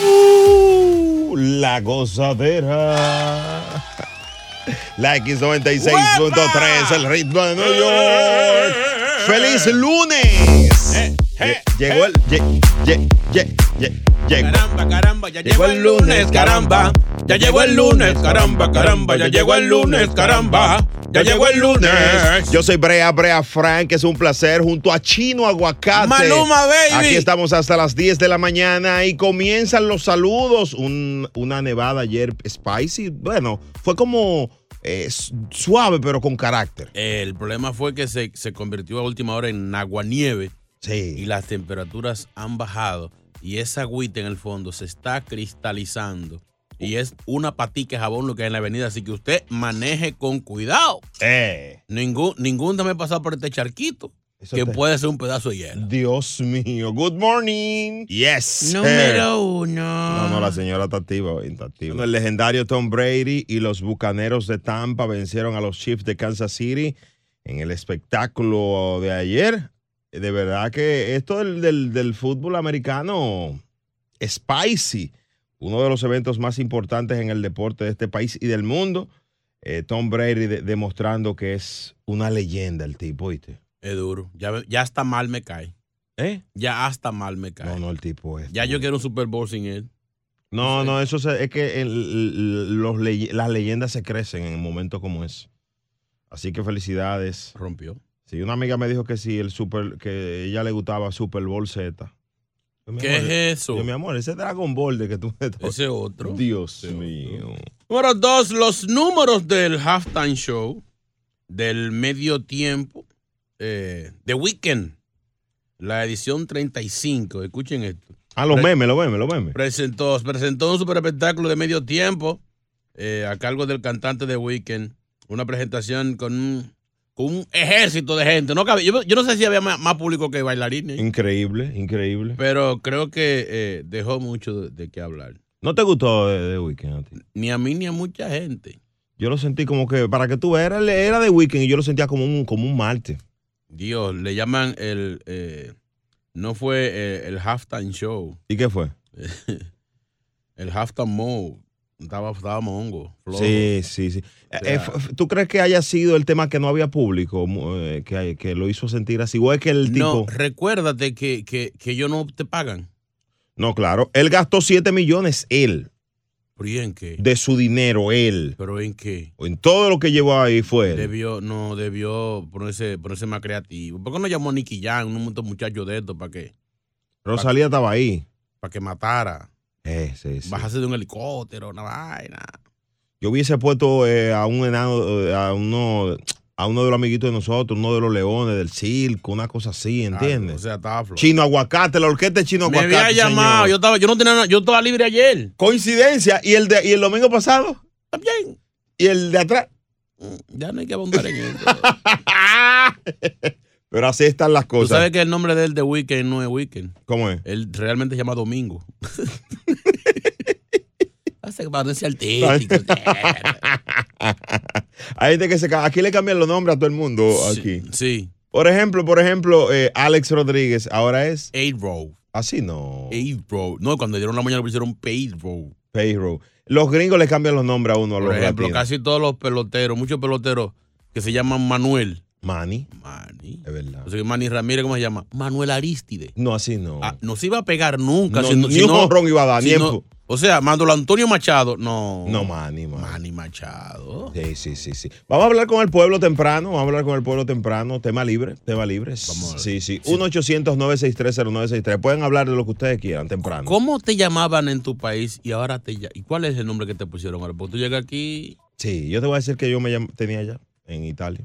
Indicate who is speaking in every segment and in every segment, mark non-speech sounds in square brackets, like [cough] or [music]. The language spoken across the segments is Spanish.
Speaker 1: Uh, la gozadera. La X96.3, el ritmo de New York. ¡Feliz
Speaker 2: Eh,
Speaker 1: lunes! Lle- Llegó el. lle- lle- lle- lle- llegó.
Speaker 2: Caramba, caramba, ya
Speaker 1: Llegó
Speaker 2: llegó
Speaker 1: el
Speaker 2: el lunes, caramba. Ya llegó el lunes, caramba, caramba. Ya llegó el lunes, caramba. Ya llegó el lunes.
Speaker 1: Yo soy Brea, Brea Frank, es un placer junto a Chino Aguacate.
Speaker 2: Maluma, baby.
Speaker 1: Aquí estamos hasta las 10 de la mañana y comienzan los saludos. Un- una nevada ayer, spicy. Bueno, fue como eh, s- suave, pero con carácter.
Speaker 2: El problema fue que se, se convirtió a última hora en aguanieve y
Speaker 1: Sí.
Speaker 2: las temperaturas han bajado y esa agüita en el fondo se está cristalizando. Y es una patica de jabón lo que hay en la avenida, así que usted maneje con cuidado.
Speaker 1: Eh,
Speaker 2: Ningún, ningún dame pasar por este charquito,
Speaker 1: eso
Speaker 2: que
Speaker 1: te-
Speaker 2: puede ser un pedazo de hielo.
Speaker 1: Dios mío. Good morning. Yes. Eh.
Speaker 2: uno.
Speaker 1: No, no, la señora está activa, hoy, está activa. Bueno, El legendario Tom Brady y los Bucaneros de Tampa vencieron a los Chiefs de Kansas City en el espectáculo de ayer. De verdad que esto del, del- del fútbol americano, spicy, uno de los eventos más importantes en el deporte de este país y del mundo. Eh, Tom Brady de- demostrando que es una leyenda el tipo, ¿oíste?
Speaker 2: Es duro. Ya, ve- ya hasta mal me cae.
Speaker 1: ¿Eh?
Speaker 2: Ya hasta mal me cae.
Speaker 1: No, no, el tipo este. es.
Speaker 2: Ya yo quiero un Super Bowl sin él.
Speaker 1: No, no, eso se- es que el- los ley- las leyendas se crecen en momentos como ese. Así que felicidades.
Speaker 2: Rompió.
Speaker 1: Sí, una amiga me dijo que sí, el super, que ella le gustaba Super Bowl Z. Yo, mi
Speaker 2: ¿Qué
Speaker 1: amor,
Speaker 2: es eso?
Speaker 1: yo, mi amor, ese Dragon Ball de que tú me estás-
Speaker 2: Ese otro.
Speaker 1: Dios
Speaker 2: Ese
Speaker 1: mío.
Speaker 2: Número dos, los números del halftime show, del medio tiempo, eh, The Weekend, la edición 35. Escuchen esto.
Speaker 1: Ah, los
Speaker 2: Pre-
Speaker 1: memes, los memes, los memes.
Speaker 2: Presentó, presentó un super espectáculo de medio tiempo eh, a cargo del cantante de Weekend. Una presentación con un, con un ejército de gente. No cabe- yo, yo no sé si había más, más público que bailarines,
Speaker 1: Increíble, increíble.
Speaker 2: pero creo que eh, dejó mucho de, de qué hablar.
Speaker 1: ¿No te gustó eh, de, de Weekend a ti?
Speaker 2: Ni a mí ni a mucha gente.
Speaker 1: Yo lo sentí como que, para que tú veas, era, el- era de Weekend y yo lo sentía como un, como un martes.
Speaker 2: Dios, le llaman el. eh, no fue eh, el halftime show. [laughs]
Speaker 1: ¿Y qué fue?
Speaker 2: El halftime mode. Estaba, estaba mongo. flojo.
Speaker 1: Sí, sí, sí. Eh, eh, f- f- ¿Tú crees que haya sido el tema que no había público mu- eh, que, que lo hizo sentir así? ¿O es que el
Speaker 2: No,
Speaker 1: tipo.?
Speaker 2: recuérdate que, que, que ellos no te pagan.
Speaker 1: No, claro. Él gastó 7 millones, él,
Speaker 2: ¿Pero y en qué?
Speaker 1: de su dinero, él.
Speaker 2: ¿Pero en qué?
Speaker 1: En todo lo que llevó ahí fue él.
Speaker 2: Debió, no, debió ponerse, ponerse más creativo. ¿Por qué no llamó a Nicky Jan, un montón de muchachos de estos, para que,
Speaker 1: Rosalía estaba ahí.
Speaker 2: para que matara?
Speaker 1: Eh, sí, sí.
Speaker 2: Bajarse de un helicóptero, una vaina.
Speaker 1: Yo hubiese puesto eh, a un enano, eh, a uno, a uno de los amiguitos de nosotros, uno de los leones del circo, una cosa así,
Speaker 2: Ah, o
Speaker 1: ¿entiendes?
Speaker 2: sea, estaba flojo.
Speaker 1: Chino Aguacate, la orquesta de Chino
Speaker 2: Me
Speaker 1: Aguacate.
Speaker 2: había llamado,
Speaker 1: señor.
Speaker 2: yo estaba, yo no tenía nada, yo estaba libre ayer.
Speaker 1: Coincidencia. ¿Y el, de, ¿Y el domingo pasado?
Speaker 2: También.
Speaker 1: ¿Y el de
Speaker 2: [laughs]
Speaker 1: atrás?
Speaker 2: Ya no hay que abundar en eso.
Speaker 1: Pero así están las
Speaker 2: Tú
Speaker 1: cosas.
Speaker 2: sabes que el nombre de él de Weekend no es Weekend.
Speaker 1: ¿Cómo es?
Speaker 2: Él realmente se llama Domingo. [laughs] Hace que parece
Speaker 1: artístico. Hay gente que se ca- Aquí le cambian los nombres a todo el mundo. Aquí.
Speaker 2: Sí.
Speaker 1: Por ejemplo, por ejemplo, eh, Alex Rodríguez ahora es.
Speaker 2: A-Row.
Speaker 1: Así no.
Speaker 2: A-Row. No, cuando dieron la mañana le pusieron Payroll.
Speaker 1: Payroll. Los gringos le cambian los nombres a uno a
Speaker 2: Por
Speaker 1: los
Speaker 2: ejemplo,
Speaker 1: latinos.
Speaker 2: casi todos los peloteros, muchos peloteros que se llaman Manuel.
Speaker 1: Manny.
Speaker 2: Mani.
Speaker 1: Es verdad.
Speaker 2: O sea, Manny Ramírez, ¿cómo se llama? Manuel Aristide.
Speaker 1: No, así no.
Speaker 2: Ah, no se iba a pegar nunca.
Speaker 1: No,
Speaker 2: si
Speaker 1: ni
Speaker 2: si
Speaker 1: un jonrón iba a dar, ni en
Speaker 2: no-
Speaker 1: pu-
Speaker 2: O sea, Mándolo Antonio Machado. No.
Speaker 1: no, Manny, Manny.
Speaker 2: Manny Machado.
Speaker 1: Sí, sí, sí, sí. Vamos a hablar con el pueblo temprano, vamos a hablar con el pueblo temprano, tema libre, tema libre.
Speaker 2: Vamos a-
Speaker 1: sí, sí. 1-800-963-0963. Pueden hablar de lo que ustedes quieran temprano.
Speaker 2: ¿Cómo te llamaban en tu país y ahora te lla- ¿Y cuál es el nombre que te pusieron ahora? Porque tú llegas aquí.
Speaker 1: Sí, yo te voy a decir que yo me llam- tenía allá, en Italia.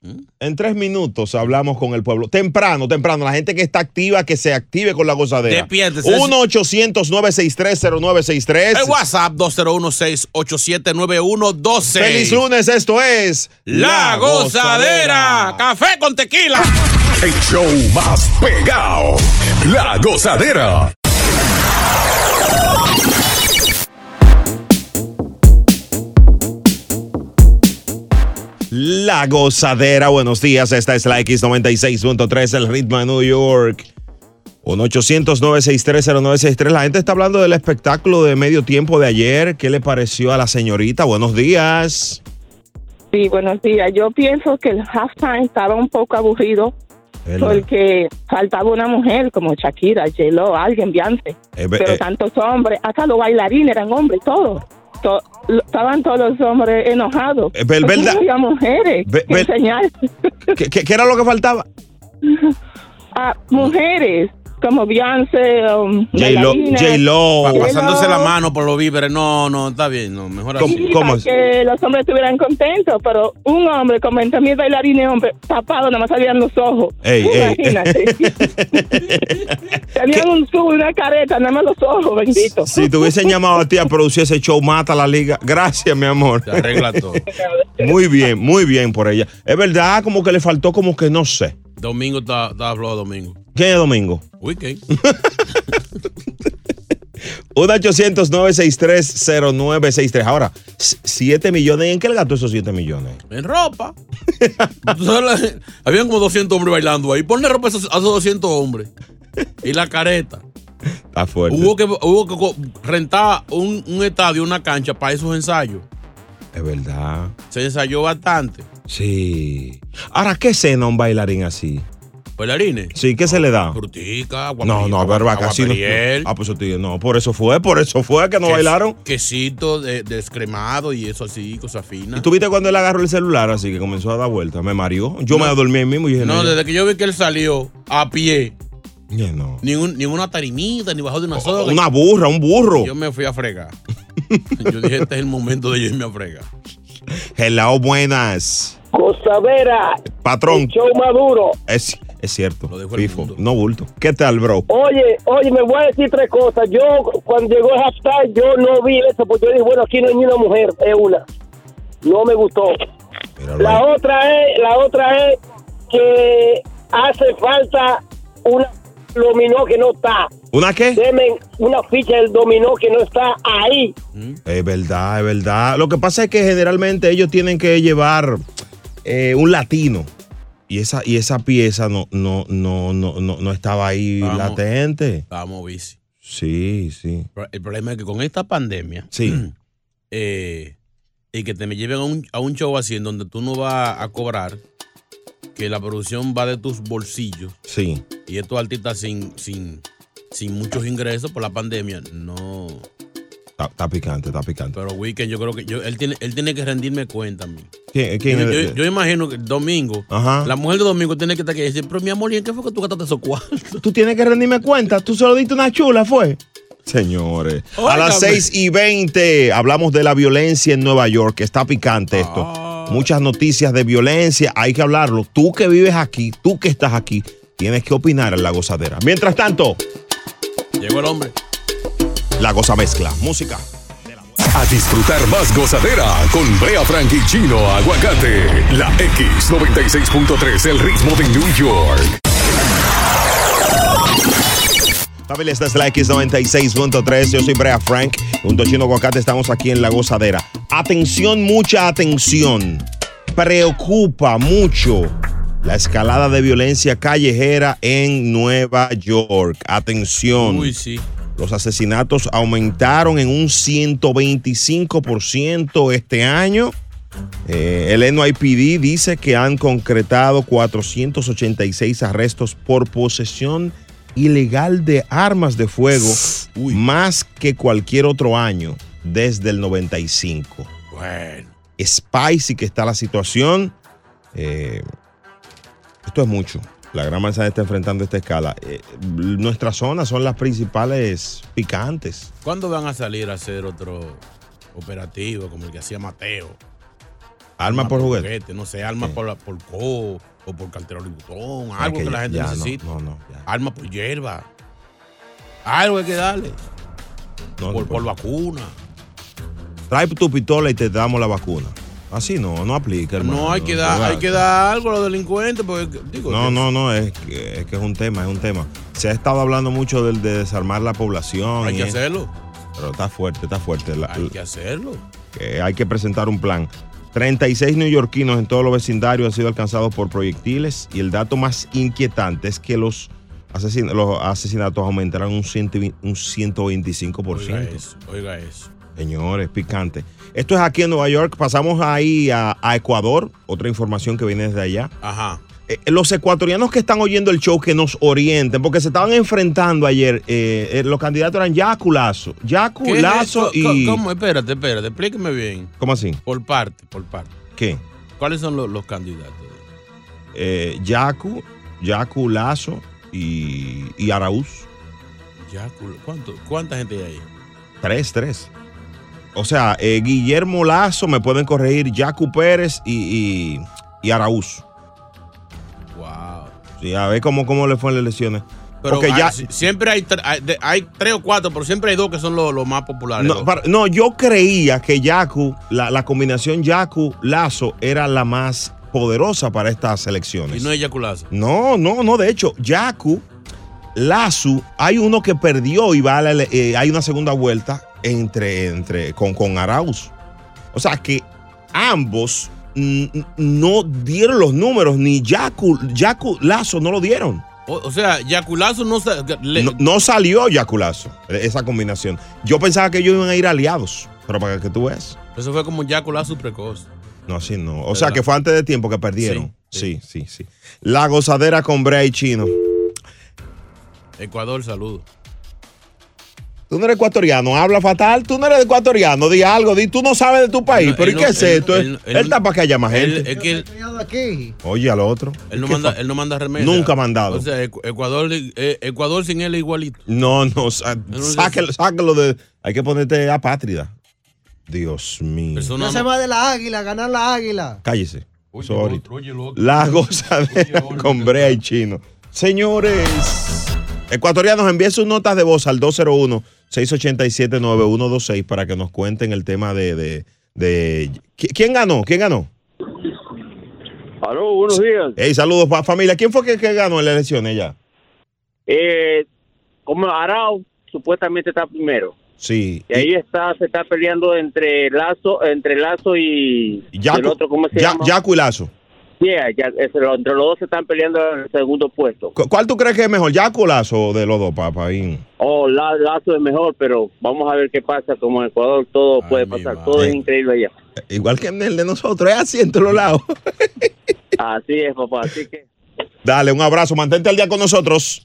Speaker 2: ¿Mm?
Speaker 1: En tres minutos hablamos con el pueblo. Temprano, temprano. La gente que está activa, que se active con la gozadera.
Speaker 2: Despiértese.
Speaker 1: 1-800-963-0963.
Speaker 2: El WhatsApp 201-687-9112.
Speaker 1: Feliz lunes, esto es
Speaker 2: La gozadera. Café con tequila.
Speaker 3: El show más pegado. La gozadera.
Speaker 1: La gozadera, buenos días. Esta es la X96.3, el ritmo de New York. 1-800-963-0963. La gente está hablando del espectáculo de medio tiempo de ayer. ¿Qué le pareció a la señorita? Buenos días.
Speaker 4: Sí, buenos días. Yo pienso que el halftime estaba un poco aburrido porque faltaba una mujer como Shakira, J-Lo, alguien viante.
Speaker 1: Eh,
Speaker 4: Pero
Speaker 1: eh,
Speaker 4: tantos hombres, hasta los bailarines eran hombres, todos. To- lo- estaban todos los hombres enojados.
Speaker 1: Eh, Bel-
Speaker 4: Porque
Speaker 1: Belda-
Speaker 4: no había mujeres
Speaker 1: Be-
Speaker 4: que
Speaker 1: Bel-
Speaker 4: enseñar.
Speaker 1: ¿qué, qué- qué era lo que faltaba?
Speaker 4: a Ah, mujeres como Beyoncé, um,
Speaker 1: J-Lo.
Speaker 4: bailarinas,
Speaker 2: Pa-
Speaker 1: J-Lo.
Speaker 2: pasándose la mano por los víveres. No, no, está bien. No, mejor así.
Speaker 1: ¿Cómo?
Speaker 4: y para que los hombres estuvieran contentos, pero un hombre con 20 mil bailarines hombres tapados, nada más salían los ojos.
Speaker 1: Ey, ey. [laughs]
Speaker 4: Imagínate. Tenían un tubo y una careta, nada más los ojos, bendito.
Speaker 1: Si te hubiesen llamado a ti a producir ese show, mata la liga. Gracias, mi amor.
Speaker 2: Se arregla todo.
Speaker 1: Muy bien, muy bien por ella. Es verdad, como que le faltó, como que no sé.
Speaker 2: domingo está, está flojo, domingo.
Speaker 1: ¿Quién es Domingo?
Speaker 2: Weekend.
Speaker 1: 1-800-963-0963. Ahora, 7 millones. ¿Y en qué le gastó esos 7 millones?
Speaker 2: En ropa. [laughs] Tú sabes la- Habían como 200 hombres bailando ahí. Ponle ropa a esos, a esos 200 hombres. Y la careta.
Speaker 1: Está fuerte.
Speaker 2: Hubo que, hubo que co- rentar un, un estadio, una cancha para esos ensayos.
Speaker 1: Es verdad.
Speaker 2: Se ensayó bastante.
Speaker 1: Ah. Sí. Ahora, ¿qué cena un bailarín así?
Speaker 2: Bailarines.
Speaker 1: Sí, ¿qué se le da?
Speaker 2: Frutica, agua
Speaker 1: No, no, pero acá sí no. Ah, pues yo te digo, no, por eso fue, por eso fue que no bailaron.
Speaker 2: Quesito de- descremado y eso así, cosa fina.
Speaker 1: ¿Y tú viste cuando él agarró el celular así que comenzó a dar vueltas? Me mareó. Yo me dormí ahí mismo y dije,
Speaker 2: No,
Speaker 1: no,
Speaker 2: desde que yo vi que él salió a pie,
Speaker 1: ya no.
Speaker 2: ningún, ninguna tarimita, ni bajó de una soga.
Speaker 1: Una burra, un burro.
Speaker 2: Yo me fui a fregar. [laughs] yo dije, este es el momento de yo irme a fregar.
Speaker 1: Helado, buenas.
Speaker 4: Costavera,
Speaker 1: Patrón,
Speaker 4: show maduro.
Speaker 1: es, es cierto.
Speaker 2: Lo dejó el
Speaker 1: FIFO,
Speaker 2: mundo.
Speaker 1: no bulto. ¿Qué tal, bro?
Speaker 4: Oye, oye, me voy a decir tres cosas. Yo, cuando llegó el hashtag, yo no vi eso, porque yo dije, bueno, aquí no hay ni una mujer, es una. No me gustó.
Speaker 1: Míralo
Speaker 4: La
Speaker 1: ahí.
Speaker 4: otra es, la otra es que hace falta una dominó que no está.
Speaker 1: ¿Una qué?
Speaker 4: Deme una ficha del dominó que no está ahí.
Speaker 1: Es verdad, es verdad. Lo que pasa es que generalmente ellos tienen que llevar eh, un latino. Y esa, y esa pieza no, no, no, no, no, no estaba ahí
Speaker 2: Vamos.
Speaker 1: latente.
Speaker 2: Estábamos bici.
Speaker 1: Sí, sí.
Speaker 2: Pero El problema es que con esta pandemia. mm,
Speaker 1: Sí.
Speaker 2: eh, y que te me lleven a un, a un show así en donde tú no vas a cobrar, que la producción va de tus bolsillos.
Speaker 1: Sí.
Speaker 2: Y estos artistas sin, sin, sin muchos ingresos por la pandemia, no.
Speaker 1: Está, está picante, está picante.
Speaker 2: Pero Weekend, yo creo que yo- él, tiene, él tiene que rendirme cuenta a mí.
Speaker 1: ¿Quién, quién
Speaker 2: Yo,
Speaker 1: es?
Speaker 2: yo- yo imagino que el domingo,
Speaker 1: Ajá.
Speaker 2: la mujer de domingo tiene que estar aquí y decir, pero mi amor, ¿y en qué fue que tú gastaste esos cuartos?
Speaker 5: Tú tienes que rendirme cuenta. Tú solo diste una chula, fue.
Speaker 1: Señores, a
Speaker 2: Óigame.
Speaker 1: las 6 y 20 hablamos de la violencia en Nueva York. Está picante esto. Muchas noticias de violencia, hay que hablarlo. Tú que vives aquí, tú que estás aquí, tienes que opinar en la gozadera. Mientras tanto,
Speaker 2: Llegó el hombre.
Speaker 1: la goza mezcla. Música.
Speaker 6: A disfrutar más gozadera con Brea Frank y Chino Aguacate. La X96.3, el ritmo de New York.
Speaker 1: Familia, esta es la X96.3. Yo soy Brea Frank. Junto a Chino Aguacate estamos aquí en La Gozadera. Atención, mucha atención. Preocupa mucho la escalada de violencia callejera en Nueva York. Atención.
Speaker 2: Uy, sí.
Speaker 1: Los asesinatos aumentaron en un 125% este año. Eh, el NYPD dice que han concretado 486 arrestos por posesión ilegal de armas de fuego, más que cualquier otro año desde el 95.
Speaker 2: Bueno.
Speaker 1: Spicy que está la situación. Eh, esto es mucho. La gran manzana está enfrentando esta escala. Eh, nuestras zonas son las principales picantes.
Speaker 2: ¿Cuándo van a salir a hacer otro operativo como el que hacía Mateo?
Speaker 1: Armas
Speaker 2: Ah,
Speaker 1: por juguete.
Speaker 2: No sé, armas por, la- por co o por cartero y botón,
Speaker 1: Ah,
Speaker 2: algo que,
Speaker 1: que
Speaker 2: la
Speaker 1: ya-
Speaker 2: gente
Speaker 1: ya no,
Speaker 2: necesita.
Speaker 1: no, no,
Speaker 2: Armas por hierba. Algo hay que darle. por, por vacuna.
Speaker 1: Trae tu pistola y te damos la vacuna. Así no, no aplica, hermano.
Speaker 2: No, hay que dar, hay que dar algo a los delincuentes. Porque, digo,
Speaker 1: No,
Speaker 2: que-
Speaker 1: no, no, es que, es que es un tema, es un tema. Se ha estado hablando mucho del de desarmar la población.
Speaker 2: Hay
Speaker 1: y
Speaker 2: que
Speaker 1: es-
Speaker 2: hacerlo.
Speaker 1: Pero está fuerte, está fuerte. La-
Speaker 2: Hay que hacerlo.
Speaker 1: que hay que presentar un plan. 36 neoyorquinos en todos los vecindarios han sido alcanzados por proyectiles y el dato más inquietante es que los, asesin- los asesinatos aumentarán un, ciento vi- un 125%.
Speaker 2: Oiga eso, oiga eso.
Speaker 1: Señores, picante. Esto es aquí en Nueva York. Pasamos ahí a, a Ecuador. Otra información que viene desde allá.
Speaker 2: Ajá.
Speaker 1: Eh, los ecuatorianos que están oyendo el show que nos orienten, porque se estaban enfrentando ayer. eh, eh, los candidatos eran ya Culazo. Ya
Speaker 2: ¿Qué es
Speaker 1: Culazo
Speaker 2: esto?
Speaker 1: y.
Speaker 2: ¿Cómo? ¿Cómo? Espérate, espérate, explíqueme bien.
Speaker 1: ¿Cómo así?
Speaker 2: Por parte, por parte.
Speaker 1: ¿Qué?
Speaker 2: ¿Cuáles son los, los candidatos?
Speaker 1: eh, Yacu, Yacu Lazo y, y Arauz.
Speaker 2: Ya, culo, ¿cuánto, ¿Cuánta gente hay ahí?
Speaker 1: Tres, tres. O sea, eh, Guillermo Lazo, me pueden corregir, Yacu Pérez y, y, y Arauz.
Speaker 2: Wow.
Speaker 1: Sí, a ver cómo, cómo le fue en las elecciones.
Speaker 2: Pero
Speaker 1: Porque
Speaker 2: hay-
Speaker 1: ya-
Speaker 2: si- siempre hay, tre- hay, de- hay tres o cuatro, pero siempre hay dos que son los, los más populares.
Speaker 1: no,
Speaker 2: Los-
Speaker 1: para- no, yo creía que Yacu, la, la combinación Yacu-Lazo era la más poderosa para estas
Speaker 2: y
Speaker 1: elecciones.
Speaker 2: no es Yaculazo.
Speaker 1: No, no, no. De hecho, Yaku, Lazo, hay uno que perdió y va a la ele- eh, hay una segunda vuelta entre, entre, con, con Arauz. O sea que ambos mm, mm, no dieron los números, ni Yaku, Yaku Lazo no lo dieron.
Speaker 2: O, o sea, Yaculazo no sa- le-
Speaker 1: No, no salió Yaku Lazo, eh, esa combinación. Yo pensaba que ellos iban a ir aliados, pero para que tú veas.
Speaker 2: Eso fue como Yaculazo precoz.
Speaker 1: No, así no. O sea que fue antes de tiempo que perdieron. Sí, sí, sí. La gozadera con Brea y Chino.
Speaker 2: Ecuador, saludo.
Speaker 1: Tú no eres ecuatoriano, habla fatal. Tú no eres ecuatoriano, di algo, di tú no sabes de tu país. ¿Pero
Speaker 2: él
Speaker 1: y qué
Speaker 2: no-
Speaker 1: es
Speaker 2: él
Speaker 1: esto?
Speaker 2: no-
Speaker 1: Él,
Speaker 2: él- él no-
Speaker 1: está para que haya más
Speaker 2: Él,
Speaker 1: gente.
Speaker 2: es que él,
Speaker 1: Oye, al otro.
Speaker 2: él no
Speaker 1: ¿Qué
Speaker 2: manda,
Speaker 1: fa-
Speaker 2: él no manda remedio.
Speaker 1: Nunca ha mandado.
Speaker 2: O sea, Ecu- Ecuador, eh, Ecuador sin él es igualito.
Speaker 1: No, no, sa-
Speaker 2: no sé.
Speaker 1: sáquelo, sáquelo de. Hay que ponerte apátrida. Dios mío.
Speaker 7: No se va de la águila, ganar la águila.
Speaker 1: Cállese. Eso ahorita. La gozadera con Brea y Chino. Señores, ecuatorianos, envíen sus notas de voz al 201-687-9126 para que nos cuenten el tema de. de, de- ¿Qui- ¿Quién ganó? ¿Quién ganó?
Speaker 8: Aló, buenos días.
Speaker 1: Hey, saludos, pa- familia. ¿Quién fue que, que ganó en las elecciones ya?
Speaker 8: Eh, como Arau supuestamente está primero.
Speaker 1: Sí.
Speaker 8: Y ahí está, se está peleando entre Lazo, entre Lazo y
Speaker 1: Yacu-
Speaker 8: el otro, ¿cómo se
Speaker 1: Ya-
Speaker 8: llama?
Speaker 1: Yacu y Lazo.
Speaker 8: Yeah, ya, es- entre los dos se están peleando el segundo puesto.
Speaker 1: ¿Cu- ¿Cuál tú crees que es mejor, Yaco o Lazo de los dos, papaín?
Speaker 8: Oh, la, Lazo es mejor, pero vamos a ver qué pasa. Como en Ecuador todo puede pasar, todo es increíble allá.
Speaker 1: Igual que en el de nosotros, es así en todos lados.
Speaker 8: Así es, papá. Así que
Speaker 1: Dale, un abrazo, mantente al día con nosotros.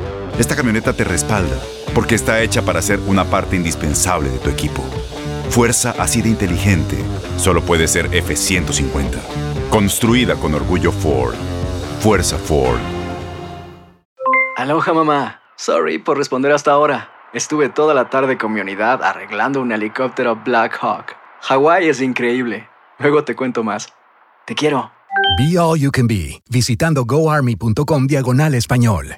Speaker 9: esta camioneta te respalda porque está hecha para ser una parte indispensable de tu equipo. Fuerza así de inteligente solo puede ser F150. Construida con orgullo Ford. Fuerza Ford.
Speaker 10: Aloha mamá. Sorry por responder hasta ahora. Estuve toda la tarde con mi unidad arreglando un helicóptero Black Hawk. Hawái es increíble. Luego te cuento más. Te quiero.
Speaker 11: Be All You Can Be, visitando goarmy.com diagonal español.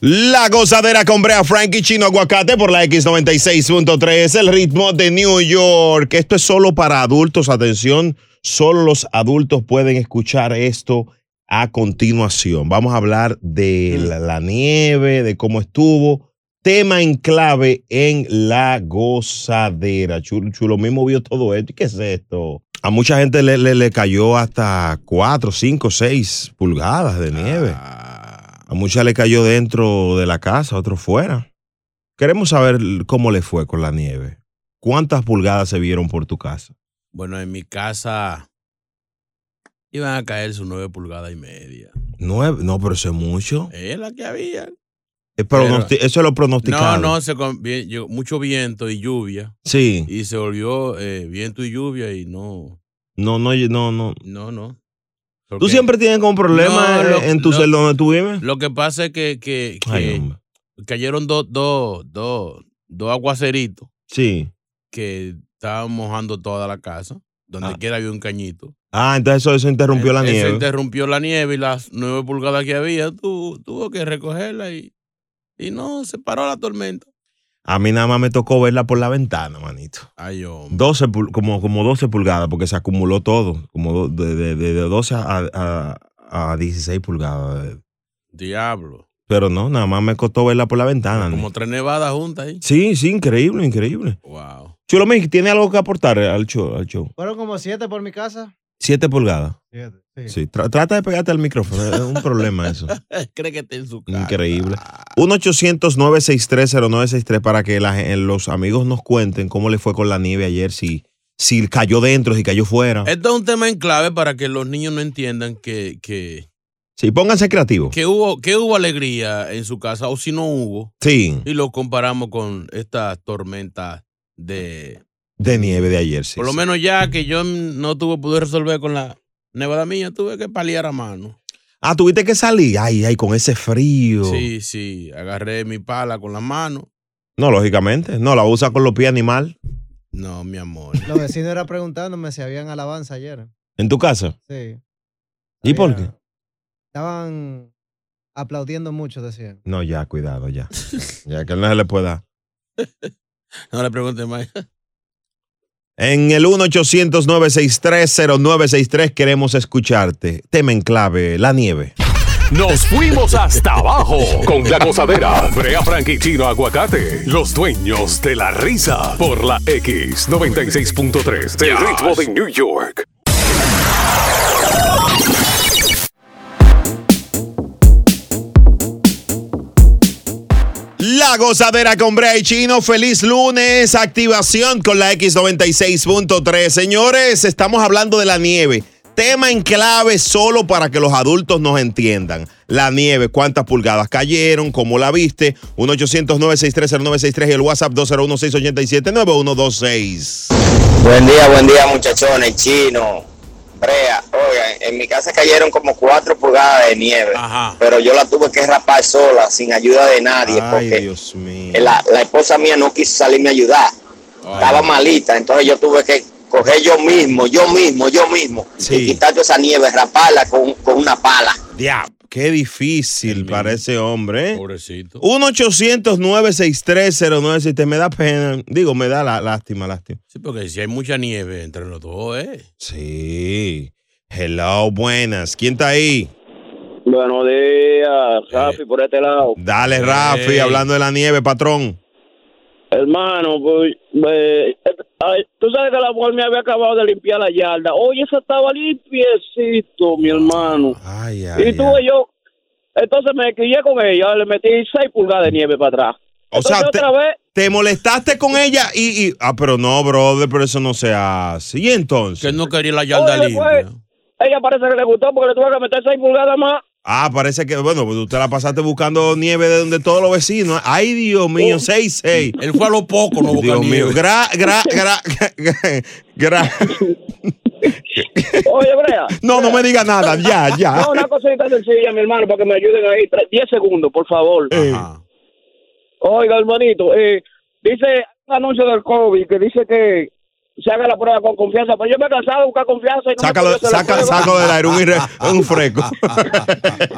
Speaker 1: La gozadera con Brea Frank y Chino Aguacate por la X96.3, el ritmo de New York. Esto es solo para adultos, atención, solo los adultos pueden escuchar esto a continuación. Vamos a hablar de la, la nieve, de cómo estuvo, tema en clave en la gozadera. Chulo, chulo mismo vio todo esto. ¿Y qué es esto? A mucha gente le, le- le cayó hasta 4, 5, 6 pulgadas de nieve. A mucha le cayó dentro de la casa, a otros fuera. Queremos saber cómo le fue con la nieve. ¿Cuántas pulgadas se vieron por tu casa?
Speaker 2: Bueno, en mi casa iban a caer sus nueve pulgadas y media.
Speaker 1: Nueve, no, pero eso es mucho.
Speaker 2: Es la que había.
Speaker 1: Eh, pronosti-
Speaker 2: Pero-
Speaker 1: eso es lo
Speaker 2: No,
Speaker 1: pronosticado.
Speaker 2: no, se con- vi- llegó mucho viento y lluvia.
Speaker 1: Sí.
Speaker 2: Y se volvió eh, viento y lluvia y no,
Speaker 1: No, no, no, no.
Speaker 2: no, no.
Speaker 1: ¿Tú siempre tienes como problema
Speaker 2: No, lo-
Speaker 1: en tu
Speaker 2: lo-
Speaker 1: celda donde tú vives?
Speaker 2: Lo que pasa es que, que- que
Speaker 1: Ay, hombre.
Speaker 2: cayeron dos dos dos dos aguaceritos
Speaker 1: Sí.
Speaker 2: que estaban mojando toda la casa. Donde quiera había un cañito.
Speaker 1: Ah, entonces eso, eso interrumpió Ah. la
Speaker 2: Eso
Speaker 1: nieve.
Speaker 2: interrumpió la nieve y las nueve pulgadas que había, tu- tuvo que recogerla y, y no, se paró la tormenta.
Speaker 1: A mí nada más me tocó verla por la ventana, manito.
Speaker 2: Ay, hombre.
Speaker 1: 12 pul- como, como 12 pulgadas, porque se acumuló todo. Como do- de, de- de- de 12 a, a- a 16 pulgadas.
Speaker 2: Diablo.
Speaker 1: Pero no, nada más me costó verla por la ventana. ¿no?
Speaker 2: Como tres nevadas juntas ahí.
Speaker 1: Sí, sí, increíble, increíble.
Speaker 2: Wow.
Speaker 1: Chulo Mix, ¿tiene algo que aportar al show? Al show?
Speaker 12: Fueron como siete por mi casa.
Speaker 1: Siete pulgadas.
Speaker 12: Siete,
Speaker 1: Sí, tra- trata de pegarte al micrófono, es un problema
Speaker 2: [laughs]
Speaker 1: eso.
Speaker 2: Cree que está en su casa.
Speaker 1: Increíble. 1-800-963-0963 para que la gen- los amigos nos cuenten cómo le fue con la nieve ayer, si, si cayó dentro, si cayó fuera.
Speaker 2: Esto es un tema en clave para que los niños no entiendan que, que,
Speaker 1: Sí, pónganse creativos.
Speaker 2: que hubo, que hubo alegría en su casa o si no hubo.
Speaker 1: Sí,
Speaker 2: Y lo comparamos con estas tormentas de...
Speaker 1: de nieve de ayer, sí.
Speaker 2: por lo
Speaker 1: sí.
Speaker 2: menos ya que yo no tuve, pude resolver con la nevada mía, tuve que paliar a mano.
Speaker 1: Ah, tuviste que salir. Ay, ay, con ese frío.
Speaker 2: Sí, sí, agarré mi pala con la mano.
Speaker 1: No, lógicamente. No, la usa con los pies animal.
Speaker 2: No, mi amor.
Speaker 12: Los vecinos eran preguntándome si habían alabanza ayer.
Speaker 1: ¿En tu casa?
Speaker 12: Sí.
Speaker 1: ¿Y por qué?
Speaker 12: Estaban aplaudiendo mucho, decían.
Speaker 1: No, ya, cuidado, ya. ya que él no se le puede dar.
Speaker 2: No le pregunte más. [laughs]
Speaker 1: En el 1-800-963-0963 queremos escucharte. Tema en clave, la nieve.
Speaker 6: Nos fuimos hasta abajo con la gozadera. Brea Frank y Chino Aguacate, los dueños de la risa. Por la X96.3, del ritmo de New York.
Speaker 1: La gozadera con Brea y Chino. Feliz lunes. Activación con la X96.3. Señores, estamos hablando de la nieve. Tema en clave solo para que los adultos nos entiendan. La nieve, cuántas pulgadas cayeron, cómo la viste. 1 800 963 y el WhatsApp 201 687 9126
Speaker 10: Buen día, buen día muchachones, chino. Brea, oigan, en mi casa cayeron como cuatro pulgadas de nieve, pero yo la tuve que rapar sola, sin ayuda de nadie, porque La, la esposa mía no quiso salirme a ayudar, estaba malita, entonces yo tuve que coger yo mismo, yo mismo, yo mismo, y quitar toda esa nieve, raparla con, con una pala.
Speaker 1: Ya, qué difícil para ese hombre. ¿eh?
Speaker 2: Pobrecito.
Speaker 1: 1 800 963 Me da pena. Digo, me da la, lástima, lástima.
Speaker 2: Sí, porque si hay mucha nieve entre los dos, ¿eh?
Speaker 1: Sí. Hello, Oh, buenas. ¿Quién está ahí? Eh,
Speaker 8: Buenos días, Rafi, por este lado.
Speaker 1: Dale, Rafi,
Speaker 8: Hey.
Speaker 1: hablando de la nieve, patrón.
Speaker 8: Hermano, pues, eh, ay, tú sabes que la mujer me había acabado de limpiar la yarda. Oye, eso estaba limpiecito, mi hermano. y tuve yo, entonces me quillé con ella, le metí seis pulgadas de nieve para atrás.
Speaker 1: O sea, te,
Speaker 8: otra vez,
Speaker 1: te molestaste con ella y, y- Ah, pero no, brother, pero eso no se hace. ¿Y entonces?
Speaker 2: Que no quería la
Speaker 8: oye, pues. después, ella parece que le gustó porque le tuve que meter seis pulgadas más.
Speaker 1: Ah, parece que, bueno, pues usted la pasaste buscando nieve de donde todos los vecinos. Ay, Dios
Speaker 8: Oh.
Speaker 1: mío, seis, seis.
Speaker 2: Él fue a lo poco, no
Speaker 1: Dios mío, gra, gra, gra, [laughs] gra.
Speaker 8: Oye, Brea.
Speaker 1: No, no me diga nada, ya, ya.
Speaker 8: No, una cosita sencilla, mi hermano, para que me ayuden ahí. Tres- Diez segundos, por favor. Oiga, hermanito, eh, dice un anuncio del COVID que dice que se haga la prueba con confianza, pero yo me he cansado de buscar confianza y no me
Speaker 1: Sácalo,
Speaker 8: puedo hacer la
Speaker 1: saca,
Speaker 8: prueba.
Speaker 1: sácalo del aire un, irre- un fresco.